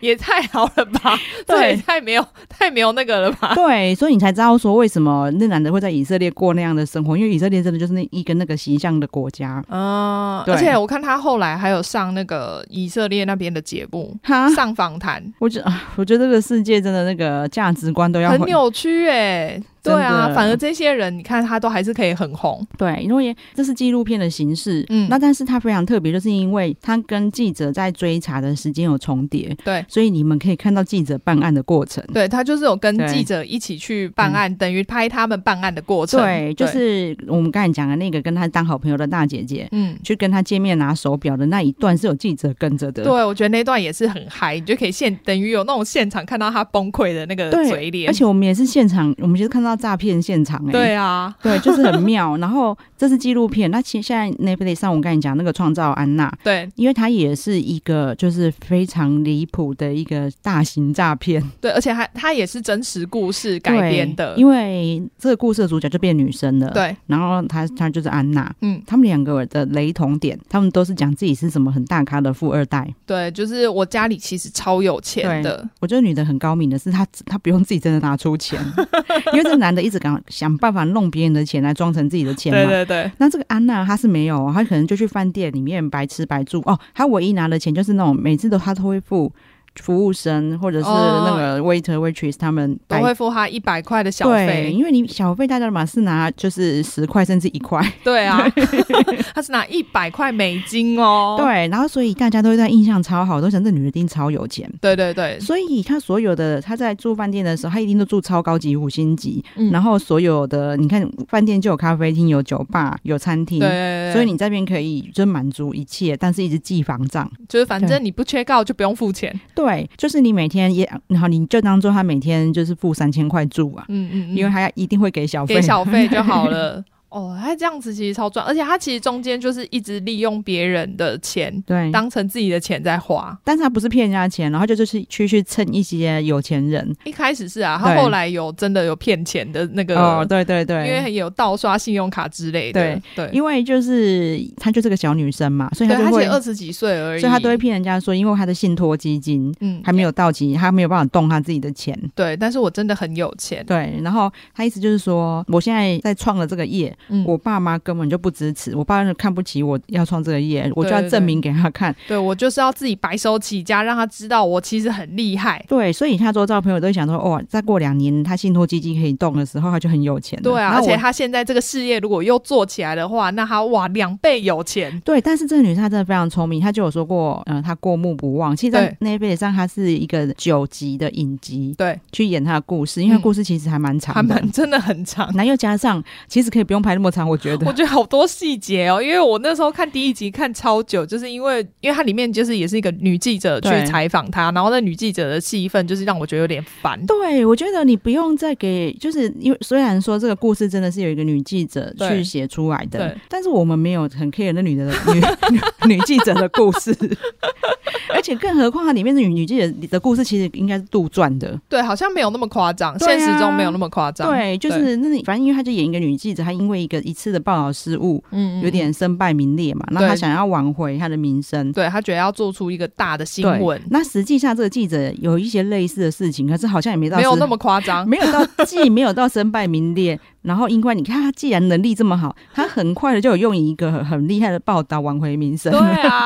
B: 也太好了吧，这 也
A: 对
B: 太没有太没有那个了吧，
A: 对，所以你才知道说为什么那男的会在以色列过那样的生活，因为以色列真的就是那一个那个形象的国家。
B: 嗯，
A: 对
B: 而且我看他后来还有上那个以色列那边的节目，
A: 哈，
B: 上访谈，
A: 我觉得啊我觉得这个世界真的那个价值观都要
B: 很
A: 回
B: 扭曲哎、对
A: 真
B: 啊，
A: 的
B: 反而这些人你看他都还是可以很红，
A: 对，因为这是纪录片的形式，
B: 嗯
A: 那但是它非常特别，就是因为它跟记者在追查的时间有重叠，
B: 对。
A: 所以你们可以看到记者办案的过程。
B: 对他就是有跟
A: 对
B: 记者一起去办案，等于拍他们办案的过程。
A: 对，就是我们刚才讲的那个跟他当好朋友的大姐姐，
B: 嗯，
A: 去跟他见面拿手表的那一段是有记者跟着的。
B: 对，我觉得那段也是很嗨，你就可以现等于有那种现场看到他崩溃的那个
A: 对
B: 嘴脸，
A: 而且我们也是现场，我们就是看到诈骗现场哎、
B: 对啊，
A: 对，就是很妙。然后这是纪录片，那其实现在 Netflix 上我跟你讲那个创造安娜，
B: 对啊
A: 因为她也是一个就是非常离谱的一个大型诈骗
B: 对，而且还他也是真实故事 改编的，
A: 对因
B: 为
A: 为这个故事的主角就变女生了。。
B: 对，
A: 然后她她就是安娜，
B: 嗯，
A: 他们两个的雷同点，他们都是讲自己是什么很大咖的富二代。
B: 对，就是我家里其实超有钱的，
A: 我觉得女的很高明的是她，她不用自己真的拿出 钱，因为这个男的一直想想办法弄别人的钱来装成自己的钱嘛。
B: 对对对，
A: 那这个安娜她是没有，她可能就去饭店里面白吃白住哦。她唯一拿的钱就是那种每次都她都会付服务生或者是
B: 哦
A: 那个 waiter waitress 他们
B: 都
A: 白
B: 会付他一百块的小
A: 对，
B: 费，
A: 因为你小费大家嘛是拿就是十块甚至一块，
B: 对啊，他是拿一百块美金哦，
A: 对，然后所以大家都对她印象超好，都想这女的一定超有钱。
B: 对对对，
A: 所以她所有的她在住饭店的时候，她一定都住超高级五星级，
B: 嗯
A: 然后所有的你看饭店就有咖啡厅、有酒吧、有餐厅
B: 对，对，对
A: 所以你这边可以就是满足一切，但是一直记房账。
B: 就是反正你不缺告就不用付钱，
A: 对，就是你每天也，然后你就当做他每天就是付三千块住啊，
B: 嗯嗯，嗯
A: 因为他一定会给小费
B: 给。小费就 好了。哦，他这样子其实超赚，而且他其实中间就是一直利用别人的钱
A: 对，
B: 当成自己的钱在花。
A: 但是他不是骗人家钱，然后就就是去去蹭一些有钱人。
B: 一开始是啊，他
A: 对
B: 后来有真的有骗钱的那个，
A: 哦，对对对，
B: 因为有盗刷信用卡之类的。对
A: 因为就是她就是个小女生嘛，所以
B: 对，
A: 她
B: 他
A: 就
B: 其
A: 会
B: 实，二十几岁而已，
A: 所以她都会骗人家说，因为她的信托基金
B: 嗯
A: 还没有到期，她没有办法动她自己的钱。
B: 对，但是我真的很有钱。
A: 对，然后他意思就是说，我现在在创了这个业，
B: 嗯
A: 我爸妈根本就不支持，我爸就看不起我要创这个业，我就要
B: 对对
A: 证明给他看。
B: 对我就是要自己白手起家，让他知道我其实很厉害。
A: 对，所以他周遭的朋友都会想说，哦，再过两年他信托基金可以动的时候，他就很有钱了。
B: 对啊，
A: 然后
B: 而且
A: 我
B: 他现在这个事业如果又做起来的话，那他哇两倍有钱。
A: 对，但是这个女生她真的非常聪明，她就有说过，嗯、呃，她过目不忘。其实，在 n e t f l 上，她是一个九集的影集
B: 对，
A: 去演她的故事，因为她
B: 嗯
A: 故事其实还蛮长
B: 他
A: 的。
B: 们真的很长。
A: 那又加上，其实可以不用拍那么长，我觉
B: 我
A: 得。
B: 觉得好多细节哦，因为我那时候看第一集看超久，就是因为因为它里面就是也是一个女记者去
A: 对
B: 采访她，然后那女记者的戏份就是让我觉得有点烦。
A: 对，我觉得你不用再给，就是因为虽然说这个故事真的是有一个女记者
B: 对
A: 去写出来的
B: 对，
A: 但是我们没有很 care 那女的女女 女记者的故事，而且更何况它里面的女女记者的故事其实应该是杜撰的，
B: 对，好像没有那么夸张，
A: 对
B: 现
A: 啊
B: 实中没有那么夸张。
A: 对，就
B: 对
A: 是那你反正因为他就演一个女记者，她因为一个一次的报道失误，
B: 嗯
A: 有点身败名裂嘛，然后
B: 对
A: 她想要挽回她的名声。
B: 对他觉得要做出一个大的新
A: 对
B: 闻，
A: 那实际上这个记者有一些类似的事情，可是好像也没到
B: 没有
A: 是
B: 那么夸 张。
A: 没有到既没有到身败名裂，然后因为你看他既然能力这么好，他很快的就有用一个很很厉害的报道挽回名声
B: 对。啊，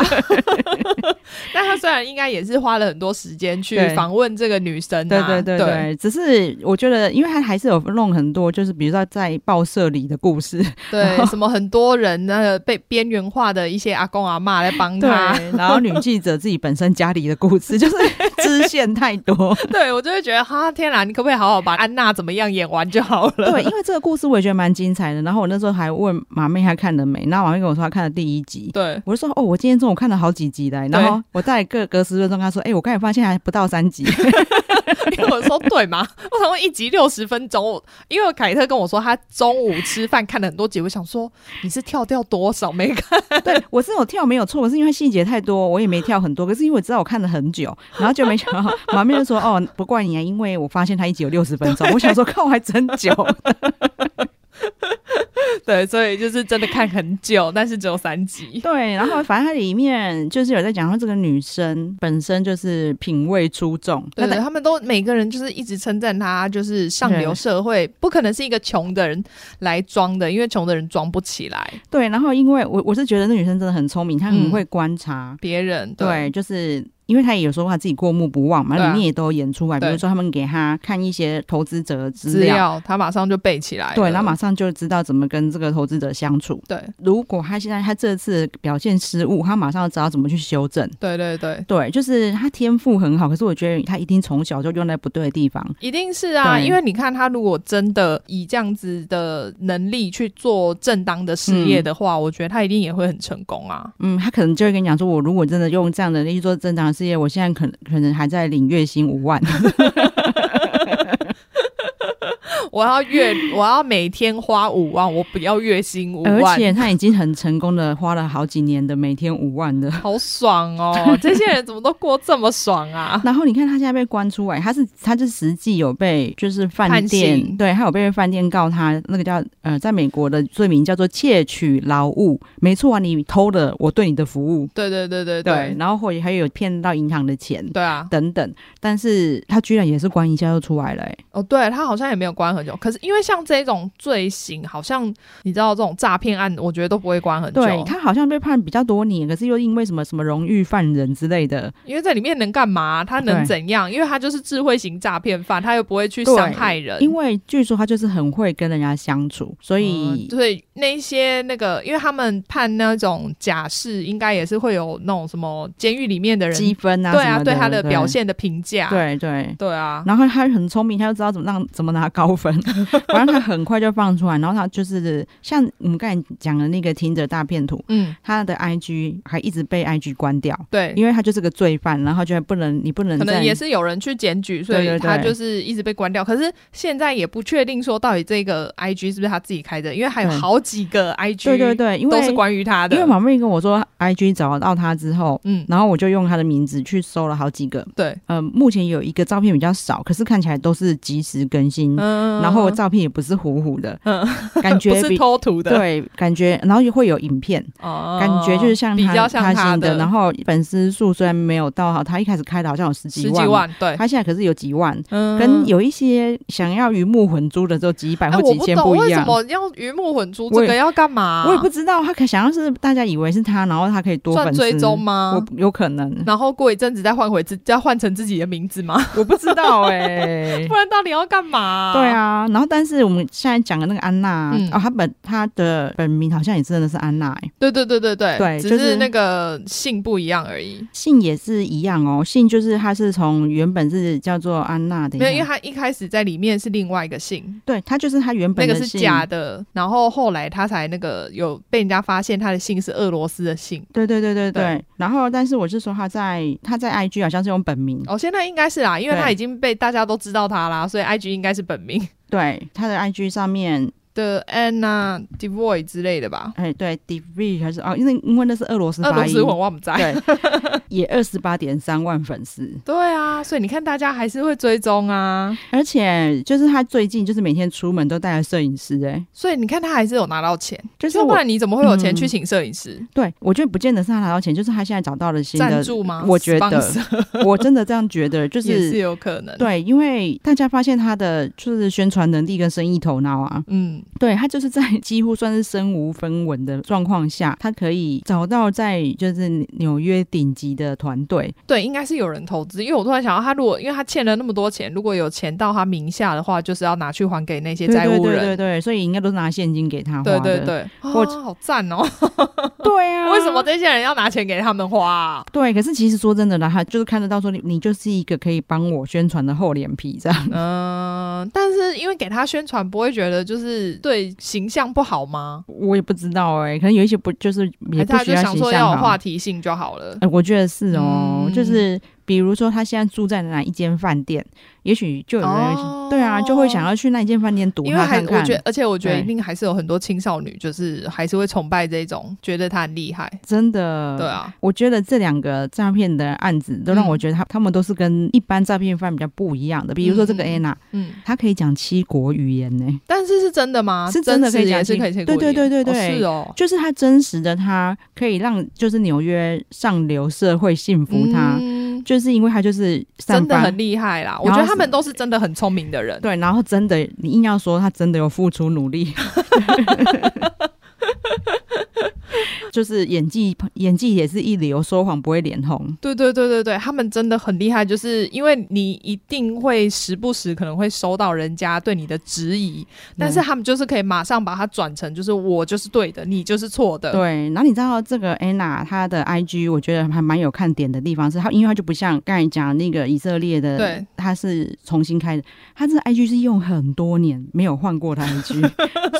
B: 那他虽然应该也是花了很多时间去
A: 对
B: 访问这个女生、啊，
A: 对对对
B: 对
A: 对，只是我觉得，因为他还是有弄很多，就是比如说在报社里的故事，然
B: 对，
A: 后
B: 什么很多人那个被边缘化的一些阿公阿妈来帮
A: 对
B: 他，，
A: 然后女记者自己本身家里的故事，就是 支线太多。
B: 对我就会觉得哈天啊啦，你可不可以好好把安娜怎么样演完就好 了？
A: 对，因为这个故事我也觉得蛮精彩的。然后我那时候还问马妹她看了没，那马妹跟我说她看了第一集。
B: 对
A: 我就说哦，我今天中午看了好几集来，然后我在各隔十分钟跟她说，哎、我刚才发现还不到三集，
B: 因为我说对嘛，我想说一集六十分钟，我因为凯特跟我说他中午吃饭看了很多集，我想说你是跳掉多少没 看？
A: 对我是有跳没有错，可是因为细节太多，我也没跳很多。可是因为我知道我看了很 久，然后就没想到马妹就说哦，不怪你啊，因为我发现她一集有六十分钟，我 想说靠，还真久。
B: 对，所以就是真的看很久，但是只有三集。
A: 对，然后反正它里面就是有在讲说这个女生本身就是品味出众，
B: 对
A: 那
B: 对，
A: 等
B: 他们都每个人就是一直称赞他，就是上流
A: 对
B: 社会不可能是一个穷的人来装的，因为穷的人装不起来
A: 对，然后因为我我是觉得那女生真的很聪明，她
B: 嗯
A: 很会观察，
B: 别人。
A: 对，就是。因为她也有说她自己过目不忘嘛，
B: 对啊
A: 里面也都有演出来。比
B: 对
A: 如说他们给她看一些投资者的资
B: 资
A: 料，
B: 料他马上就背起来了。
A: 对，然后马上就知道怎么跟这个投资者相处。
B: 对
A: 如果她现在她这次表现失误，她马上知道怎么去修正。
B: 对对对，
A: 对，就是她天赋很好，可是我觉得她一定从小就用在不对的地方。
B: 一定是啊，
A: 对
B: 因为你看他如果真的以这样子的能力去做正当的事业的话，我觉得他一定也会很成功啊。
A: 嗯，他可能就会跟你讲说，我如果真的用这样的能力去做正常的事业，我现在可能可能还在领月薪五万。
B: 我要月，我要每天花五万，我不要月薪五
A: 而
B: 万。
A: 且他已经很成功的花了好几年的每天五万 的。
B: 好爽 哦！这些人怎么都过这么爽啊？
A: 然后你看他现在被关出来，他是他是实际有被就是饭
B: 判刑
A: 店对，他有被饭店告他那个叫呃，在美国的罪名叫做窃取劳务，没错啊，你偷了我对你的服务，
B: 对对对对
A: 对
B: 对，
A: 然后或者还有骗到银行的钱
B: 对啊！
A: 等等，但是他居然也是关一下就出来了、欸，
B: 哦，对他好像也没有关很久，可是因为像这种罪行，好像你知道这种诈骗案，我觉得都不会关很久，
A: 对他好像被判比较多年，可是又因为什么什么荣誉犯人之类的，
B: 因为在里面能干嘛？他能
A: 对
B: 怎样？因为他就是智慧型诈骗犯，他又不会去伤
A: 对
B: 害人。哦
A: 因为据说他就是很会跟人家相处，所以、
B: 所以那一些那个，因为他们判那种假释，应该也是会有那种什么监狱里面的人，
A: 积分啊，
B: 对
A: 什
B: 啊，
A: 么
B: 对他的
A: 的
B: 表，现的评价，
A: 对对。
B: 对啊，
A: 然后他很聪明，他就知道怎么让怎么拿高 分，反正他很快就放出来。然后他就是像我们刚才讲的那个听着大片图，
B: 嗯，
A: 他的 IG 还一直被 IG 关掉，
B: 对，
A: 因为他就是个罪犯，然后就不能你不能
B: 可能
A: 再
B: 也是有人去检举，所以
A: 对对对
B: 他就是一直被关掉。可是现在也不确定说到底这个 IG 是不是他自己开的，因为还有
A: 嗯
B: 好几个 IG，
A: 对对对，因为
B: 都是关于他的，
A: 因为马妹跟我说 IG 找到他之后，
B: 嗯，
A: 然后我就用他的名字去搜了好几个，
B: 对，
A: 呃，目前有一个照片比较少，可是看起来都是及时更新，
B: 嗯，
A: 然后照片也不是糊糊的，
B: 嗯
A: 感
B: 不
A: 觉
B: 是
A: 比
B: 偷图的，
A: 对，感觉然后也会有影片，
B: 哦
A: 感觉就是像
B: 比
A: 他
B: 较像
A: 他
B: 他
A: 新的，然后粉丝数虽然没有到好，他一开始开的好像有十几
B: 十
A: 万，
B: 几万，对，
A: 他现在可是有几万。
B: 嗯
A: 跟有一些想要鱼目混珠的，只有几百
B: 哎
A: 或
B: 我
A: 几
B: 不
A: 千
B: 懂
A: 一
B: 为什
A: 样。
B: 么要鱼目混珠这
A: 我也
B: 个要干嘛？
A: 我也不知道，他可想要是大家以为是他，然后他可以多
B: 算
A: 粉丝
B: 追踪吗？
A: 我有可能，
B: 然后过一阵子再换回自，再换成自己的名字吗？
A: 我不知道哎、
B: 不然到底要干嘛、
A: 对，啊，然后但是我们现在讲的那个安娜，
B: 嗯
A: 哦，她本她的本名好像也真的是安娜、欸，
B: 对对对对对，
A: 对
B: 只
A: 就是
B: 是那个姓不一样而已。
A: 姓也是一样哦，姓就是她是从原本是叫做安娜的，
B: 没有，因为他一开始在里面是另外一个姓，
A: 对她就是她原
B: 那
A: 本
B: 个
A: 的
B: 是
A: 姓
B: 假的，然后后来他才那个有被人家发现他的姓是俄罗斯的姓。
A: 对对对对对，
B: 对
A: 然后但是我是说她在她在 IG 好像是用本名，
B: 哦，现在应该是啦，因为
A: 对
B: 他已经被大家都知道他啦，所以 IG 应该是本名
A: 对她的 IG 上面，
B: 的 Anna Devoy 之类的吧，
A: 哎对 d v 还是哦，因为因为那是俄罗斯
B: 俄
A: 发
B: 罗
A: 音，
B: 斯文我不在。
A: 对，也二十八点三万粉丝，
B: 对啊，所以你看大家还是会追踪啊，
A: 而且就是她最近就是每天出门都带了摄影师、哎，
B: 所以你看他还是有拿到钱，
A: 就是
B: 要不
A: 我
B: 然你怎么会有钱
A: 嗯
B: 去请摄影师
A: 对，我觉得不见得是他拿到钱，就是他现在找到了新
B: 赞、
A: 的。
B: 助吗？
A: 我觉得
B: sponsor
A: 我真的这样觉得，就
B: 也
A: 是
B: 是有可能。，
A: 对，因为大家发现他的就是宣传能力跟生意头脑啊，
B: 嗯，
A: 对他就是在几乎算是身无分文的状况下，他可以找到在就是纽约顶级的团队。
B: 对，应该是有人投资，因为我突然想到，他如果因为他欠了那么多钱，如果有钱到他名下的话，就是要拿去还给那些
A: 对
B: 债
A: 对
B: 务
A: 对对
B: 人。
A: 对，所以应该都是拿现金给他花
B: 对
A: 的。
B: 对对，
A: 或
B: 哇，
A: 者
B: 好赞哦！
A: 对啊，
B: 为什么？这些人要拿钱给他们花啊、
A: 对，可是其实说真的啦，他就是看得到说你你就是一个可以帮我宣传的厚脸皮这样。
B: 嗯，但是因为给他宣传，不会觉得就是对形象不好吗？
A: 我也不知道哎、可能有一些不就是
B: 还
A: 也
B: 是
A: 不
B: 哎他
A: 需
B: 就
A: 要
B: 想
A: 形
B: 说
A: 象
B: 要有
A: 好
B: 话题性就好了？
A: 呃，我觉得是哦，
B: 嗯
A: 就是比如说他现在住在哪一间饭店，也许就有人、
B: 哦
A: 对啊，就会想要去那一间饭店赌
B: 因为
A: 他
B: 还
A: 看
B: 我
A: 看。
B: 觉得，而且我觉得
A: 对
B: 一定还是有很多青少女，就是还是会崇拜这种，觉得他很厉害。
A: 真的，
B: 对。啊，
A: 我觉得这两个诈骗的案子都让
B: 嗯
A: 我觉得他、他们都是跟一般诈骗犯比较不一样的。比如说这个
B: 嗯
A: Anna，、
B: 嗯，
A: 她可以讲七国语言呢、
B: 但是是真的吗？
A: 是真的可以
B: 实
A: 讲
B: 也是
A: 清
B: 可以切
A: 对
B: 过
A: 对
B: 眼
A: 对对
B: 哦
A: 对
B: 是哦，
A: 就是她真实的她可以让就是纽约上流社会信服她，
B: 嗯
A: 就是因为她就是散
B: 真的
A: 发
B: 很厉害啦。我
A: 然后
B: 觉得他
A: 是
B: 们都是真的很聪明的人。
A: 对，然后真的你硬要说她真的有付出努 力。就是演技，演技也是一流，说谎不会脸红。
B: 对对对对对，他们真的很厉害，就是因为你一定会时不时可能会收到人家对你的质疑，但是他们就是可以马上把它转成就是我就是对的，你就是错的。
A: 对，然后你知道这个 Anna 她的 IG，我觉得还蛮有看点的地方是，她因为她就不像刚才讲那个以色列的
B: 对，
A: 她是重新开的，她这个 IG 是用很多年没有换过她 IG，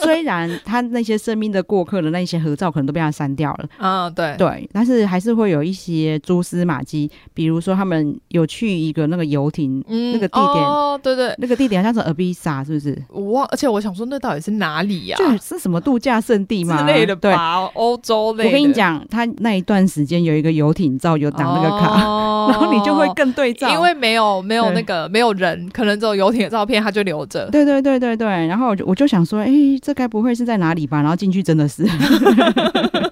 A: 虽然她那些生命的过客的那些合照可能都被她删掉了，
B: 嗯，对，
A: 对，但是还是会有一些蛛丝马迹，比如说他们有去一个那个游艇，
B: 嗯
A: 那个地点
B: 哦，对对，
A: 那个地点好像是 a b i s a 是不是？
B: 我忘，而且我想说那到底是哪里呀、
A: 就是什么度假胜地嘛
B: 之类的
A: 对，
B: 吧，欧洲类的。
A: 我跟你讲，他那一段时间有一个游艇照有挡那个卡，
B: 哦
A: 然后你就会更对照，
B: 因为没有没有
A: 对
B: 那个没有人，可能只有游艇的照片，他就留着。
A: 对对对对对，然后我就我就想说，哎、这该不会是在哪里吧？然后进去真的是，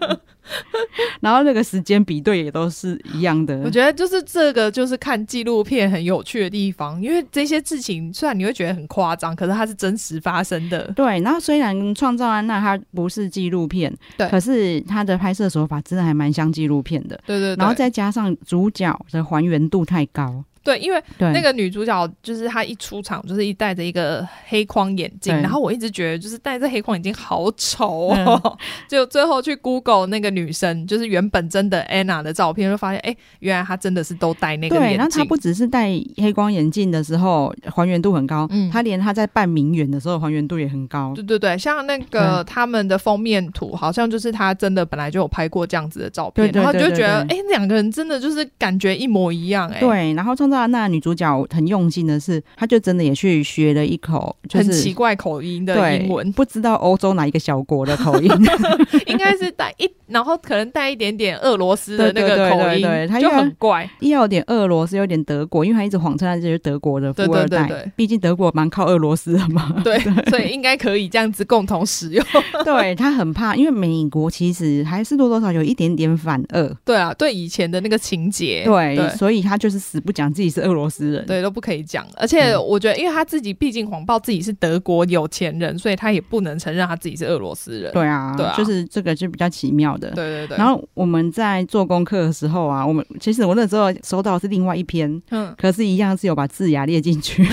A: 然后那个时间比对也都是一样的，
B: 我觉得就是这个，就是看纪录片很有趣的地方，因为这些事情虽然你会觉得很夸张，可是它是真实发生的。
A: 对，然后虽然《创造安娜》它不是纪录片，
B: 对
A: 可是它的拍摄手法真的还蛮像纪录片的。
B: 对对对，
A: 然后再加上主角的还原度太高，
B: 对，因为
A: 对，
B: 那个女主角就是她一出场就是一戴着一个黑框眼镜，
A: 对
B: 然后我一直觉得就是戴着黑框眼镜好丑哦，
A: 嗯
B: 就最后去 Google 那个女生就是原本真的 Anna 的照片，就发现哎、诶原来她真的是都戴那个眼
A: 对，
B: 镜。
A: 然后他不只是戴黑光眼镜的时候还原度很高，
B: 嗯
A: 他连他在扮名媛的时候还原度也很高。
B: 对对对，像那个他们的封面图，好像就是他真的本来就有拍过这样子的照片，
A: 对对
B: 然后
A: 对
B: 就
A: 对
B: 觉得，
A: 对
B: 哎，两个人真的就是感觉一模一样、诶哎，，
A: 对，然后创造安娜的女主角很用心的是，她就真的也去学了一口，就
B: 很奇
A: 是
B: 怪口音的
A: 对
B: 英文，
A: 不知道欧洲哪一个小国的口音，
B: 应该是带一，然后可能带一点点俄罗斯的那
A: 对
B: 个
A: 对对
B: 口
A: 对
B: 音，
A: 对他
B: 就
A: 因为
B: 很怪。
A: 也有点俄罗斯，有点德国，因为他一直谎称他就是德国的富
B: 对对
A: 二代，
B: 对对
A: 毕竟德国蛮靠俄罗斯的嘛。
B: 对，所以应该可以这样子共同使用。
A: 对他很怕，因为美国其实还是多多少少有一点点反俄，
B: 对啊，对以前的那个情节，
A: 对，所以他就是死不讲自自己是俄罗斯人，
B: 对，都不可以讲。而且
A: 嗯
B: 我觉得，因为他自己毕竟谎报自己是德国有钱人，所以他也不能承认他自己是俄罗斯人。
A: 对啊，
B: 对啊
A: 就是这个就比较奇妙的。
B: 对对对。
A: 然后我们在做功课的时候啊，我们其实我那时候收到的是另外一篇，
B: 嗯，
A: 可是一样是有把字雅列进 去。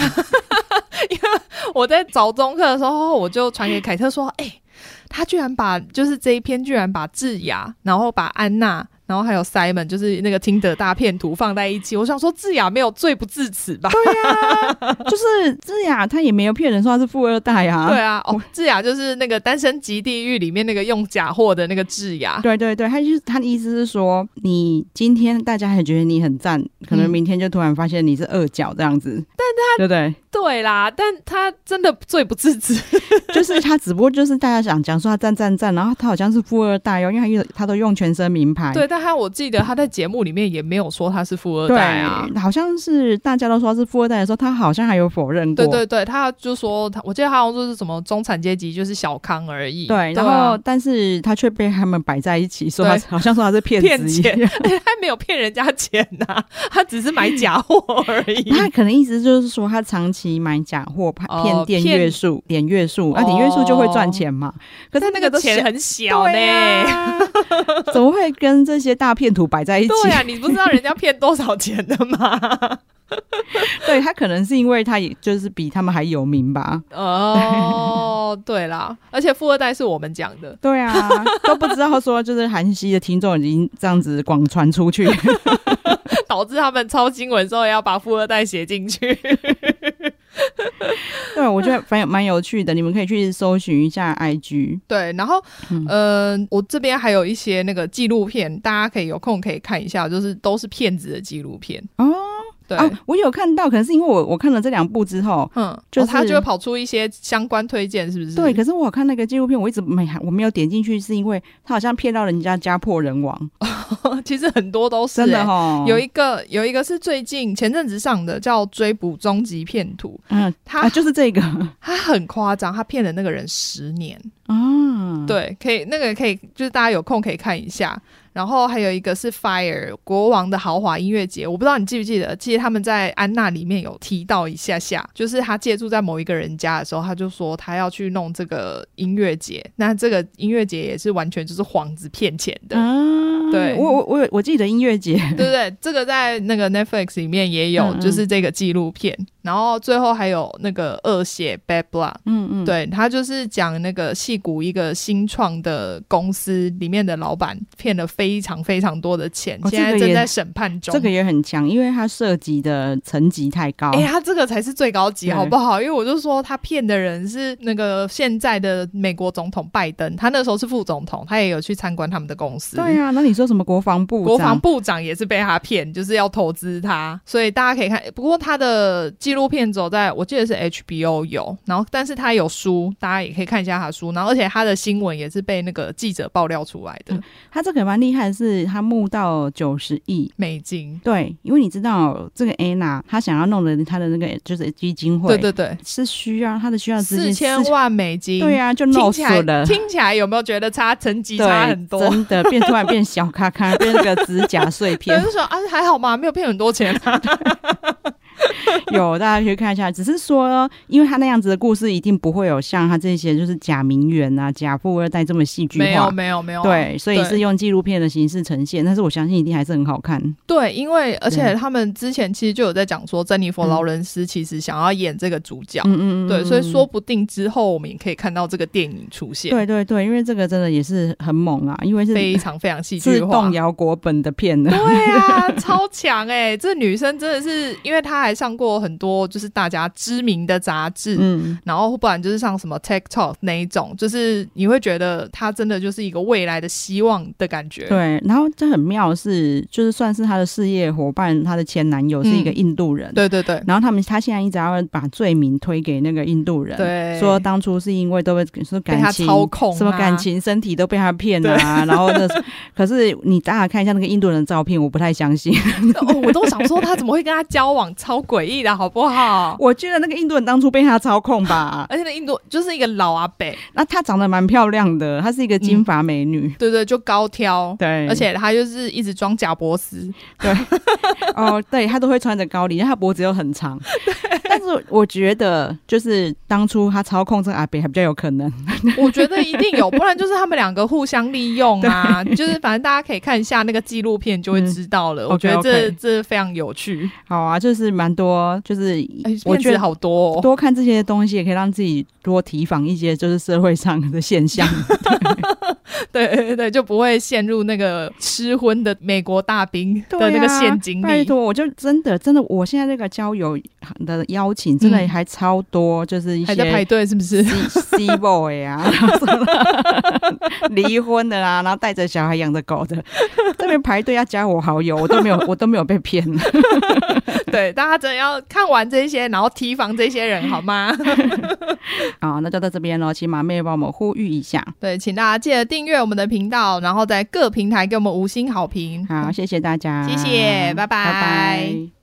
B: 我在找中课的时候，我就传给凯特说：“哎、他居然把就是这一篇，居然把智雅，然后把安娜，然后还有 Simon，就是那个听的大片图放在一起。”我想说，智雅没有罪不至此吧？
A: 就是智雅，她也没有骗人说她是富二代啊。
B: 对啊，哦，智雅就是那个《单身即地狱》里面那个用假货的那个智雅。
A: 对对对，他就是他的意思是说，你今天大家还觉得你很赞，可能
B: 嗯
A: 明天就突然发现你是二角这样子。但他对不对？
B: 对啦，但他真的罪不至此。
A: 就是他，只不过就是大家想讲说他赞赞赞，然后他好像是富二代哦，因为他用他都用全身名牌。
B: 对，但他我记得他在节目里面也没有说他是富二
A: 对
B: 代啊。
A: 好像是大家都说他是富二代的时候，他好像还有否认过。
B: 对对对，他就说他，我记得他好像说是什么中产阶级，就是小康而已。
A: 对然
B: 啊
A: 后但是他却被他们摆在一起，说他
B: 对
A: 好像说他是骗
B: 骗
A: 子一
B: 钱
A: 样。
B: 他没有骗人家钱呐、他只是买假货而 已。
A: 他可能意思就是说，他长期买假货，怕
B: 哦
A: 骗点
B: 骗
A: 月数，点月数，啊，
B: 哦
A: 点月数就会赚钱嘛。可是
B: 但那个
A: 都
B: 钱
A: 小
B: 很小呢、
A: 对啊 怎么会跟这些大骗徒摆在一起？
B: 对啊，你不知道人家骗多少钱的 吗？
A: 对他可能是因为他也就是比他们还有名吧。
B: 哦，对啦，而且富二代是我们讲的，
A: 对啊，都不知道说就是韩熙的听众已经这样子广传出 去，
B: 导致他们抄新闻之后要把富二代写进去。
A: 对我觉得蛮有蛮有趣的，你们可以去搜寻一下 IG。
B: 对，然后
A: 嗯
B: 呃，我这边还有一些那个纪录片，大家可以有空可以看一下，就是都是骗子的纪录片
A: 哦。
B: 对，
A: 啊，我有看到，可能是因为我我看了这两部之后，
B: 嗯，
A: 就
B: 就是、他
A: 是
B: 就会跑出一些相关推荐，是不是？
A: 对，可是我有看那个纪录片，我一直没我没有点进去，是因为他好像骗到人家家破人亡，
B: 其实很多都是、欸、
A: 真的哦哈。
B: 有一个有一个是最近前阵子上的叫《追捕终极骗徒》，
A: 嗯
B: 他、
A: 啊，就是 这个
B: 他很夸张，他骗了那个人十年。
A: 啊，
B: 对，可以那个可以就是大家有空可以看一下。然后还有一个是 Fire 国王的豪华音乐节，我不知道你记不记得，记得他们在安娜里面有提到一下下，就是他借住在某一个人家的时候，他就说他要去弄这个音乐节，那这个音乐节也是完全就是幌子骗钱的。
A: 啊，
B: 对
A: 我我我我记得音乐节
B: 对不对？这个在那个 Netflix 里面也有，
A: 嗯嗯
B: 就是这个纪录片，然后最后还有那个恶血 Bad Blood，
A: 嗯嗯，
B: 对他就是讲那个戏骨一个新创的公司里面的老板骗了非常非常多的钱，
A: 哦
B: 现
A: 这
B: 在
A: 个
B: 正
A: 也
B: 在审判中。
A: 这个也很强，因为它涉及的层级太高。
B: 哎、他这个才是最高级，
A: 对
B: 好不好？因为我就说他骗的人是那个现在的美国总统拜登，他那时候是副总统，他也有去参观他们的公司。
A: 对啊，那你说什么国防部长？
B: 国防部长也是被他骗，就是要投资他，所以大家可以看。不过他的纪录片走在我记得是 HBO 有，然后但是他有书，大家也可以看一下他的书，然后而且他的新闻也是被那个记者爆料出来的、
A: 嗯他这个蛮厉害的是，他募到九十亿。
B: 美金。
A: 对，因为你知道这个 Anna，她想要弄的她的那个就是基金嗯会，
B: 对对对，
A: 是需要她的需要资
B: 四
A: 金
B: 千，万美金。
A: 4000对啊，就
B: 听
A: 弄
B: 起
A: 死
B: 来
A: 了。
B: 听起来有没有觉得差成绩
A: 对，
B: 差很多？
A: 真的变突然变小咔咔，变那个指甲碎
B: 对，
A: 片。
B: 就说啊还好嘛，没有骗很多钱 啊。
A: 有大家去看一下，只是说，因为他那样子的故事一定不会有像他这些就是假名媛啊、假富二代这么戏剧化。
B: 没有没有没有啊，
A: 对，所以
B: 对
A: 是用纪录片的形式呈现，但是我相信一定还是很好看。
B: 对，因为而且
A: 对
B: 他们之前其实就有在讲说，珍妮佛
A: 嗯
B: 劳伦斯其实想要演这个主角，
A: 嗯嗯嗯，
B: 对，所以
A: 嗯
B: 说不定之后我们也可以看到这个电影出现，，
A: 对对对，因为这个真的也是很猛啊，因为是
B: 非常非常戏
A: 自
B: 剧化
A: 动。摇国本的片呢。
B: 对啊，超强哎、这女生真的是，因为她还上过很多就是大家知名的杂志，
A: 嗯，
B: 然后不然就是上什么 TikTok 那一种，就是你会觉得她真的就是一个未来的希望的感觉。
A: 对，然后这很妙的是，就是算是她的事业伙伴，她的前男友是一个印度人，
B: 嗯对对对
A: 然后他们他现在一直要把罪名推给那个印度人，
B: 对，
A: 说当初是因为都被说
B: 被
A: 感
B: 他
A: 情
B: 操控啊
A: 什么感情、身体都被他骗啊，然后那 可是 你大家看一下那个印度人的照片，我不太相信，
B: 哦，我都想说她怎么会跟他交往，超诡意的好不好？
A: 我觉得那个印度人当初被他操控 吧，
B: 而且那印度就是一个老阿伯，
A: 那她长得蛮漂亮的，她是一个金发美女。
B: 对对，就高挑，
A: 对，
B: 嗯而且他就是一直装假博斯，
A: 哦，对她都会穿着高领，因为她脖子又很 长。但是我觉得，就是当初她操控这个阿北还比较有可能。
B: 我觉得一定有，不然就是他们两个互相利用 啊。就是反正大家可以看一下那个纪录片就会知道了。
A: 嗯
B: 我觉得
A: OK，OK
B: 这这非常有趣，
A: 好啊，就是蛮多，就是
B: 哎
A: 我
B: 骗
A: 觉
B: 子
A: 得
B: 好多、哦。
A: 多看这些东西，也可以让自己多提防一些就是社会上的现象。
B: 对对对，就不会陷入那个吃荤的美国大兵
A: 对
B: 的那个
A: 啊
B: 陷阱
A: 拜
B: 里。
A: 托，我就真的真的，我现在这个交友的邀请真的
B: 嗯
A: 还超多，就是一
B: 还在排
A: 些。
B: 队是不是？
A: C C boy 啊， 然后什么离婚的啊啦、然后带着小孩养着狗的，这边排队要加我好友，我都没有，我都没有被骗。
B: 对，大家真的要看完这些，然后提防这些人，好吗？
A: 好，那就到这边喽，请马妹帮我们呼吁一下。
B: 对，请大家记得订阅我们的频道，然后在各平台给我们五星好评。
A: 好，谢谢大家，
B: 嗯谢谢拜拜
A: 拜拜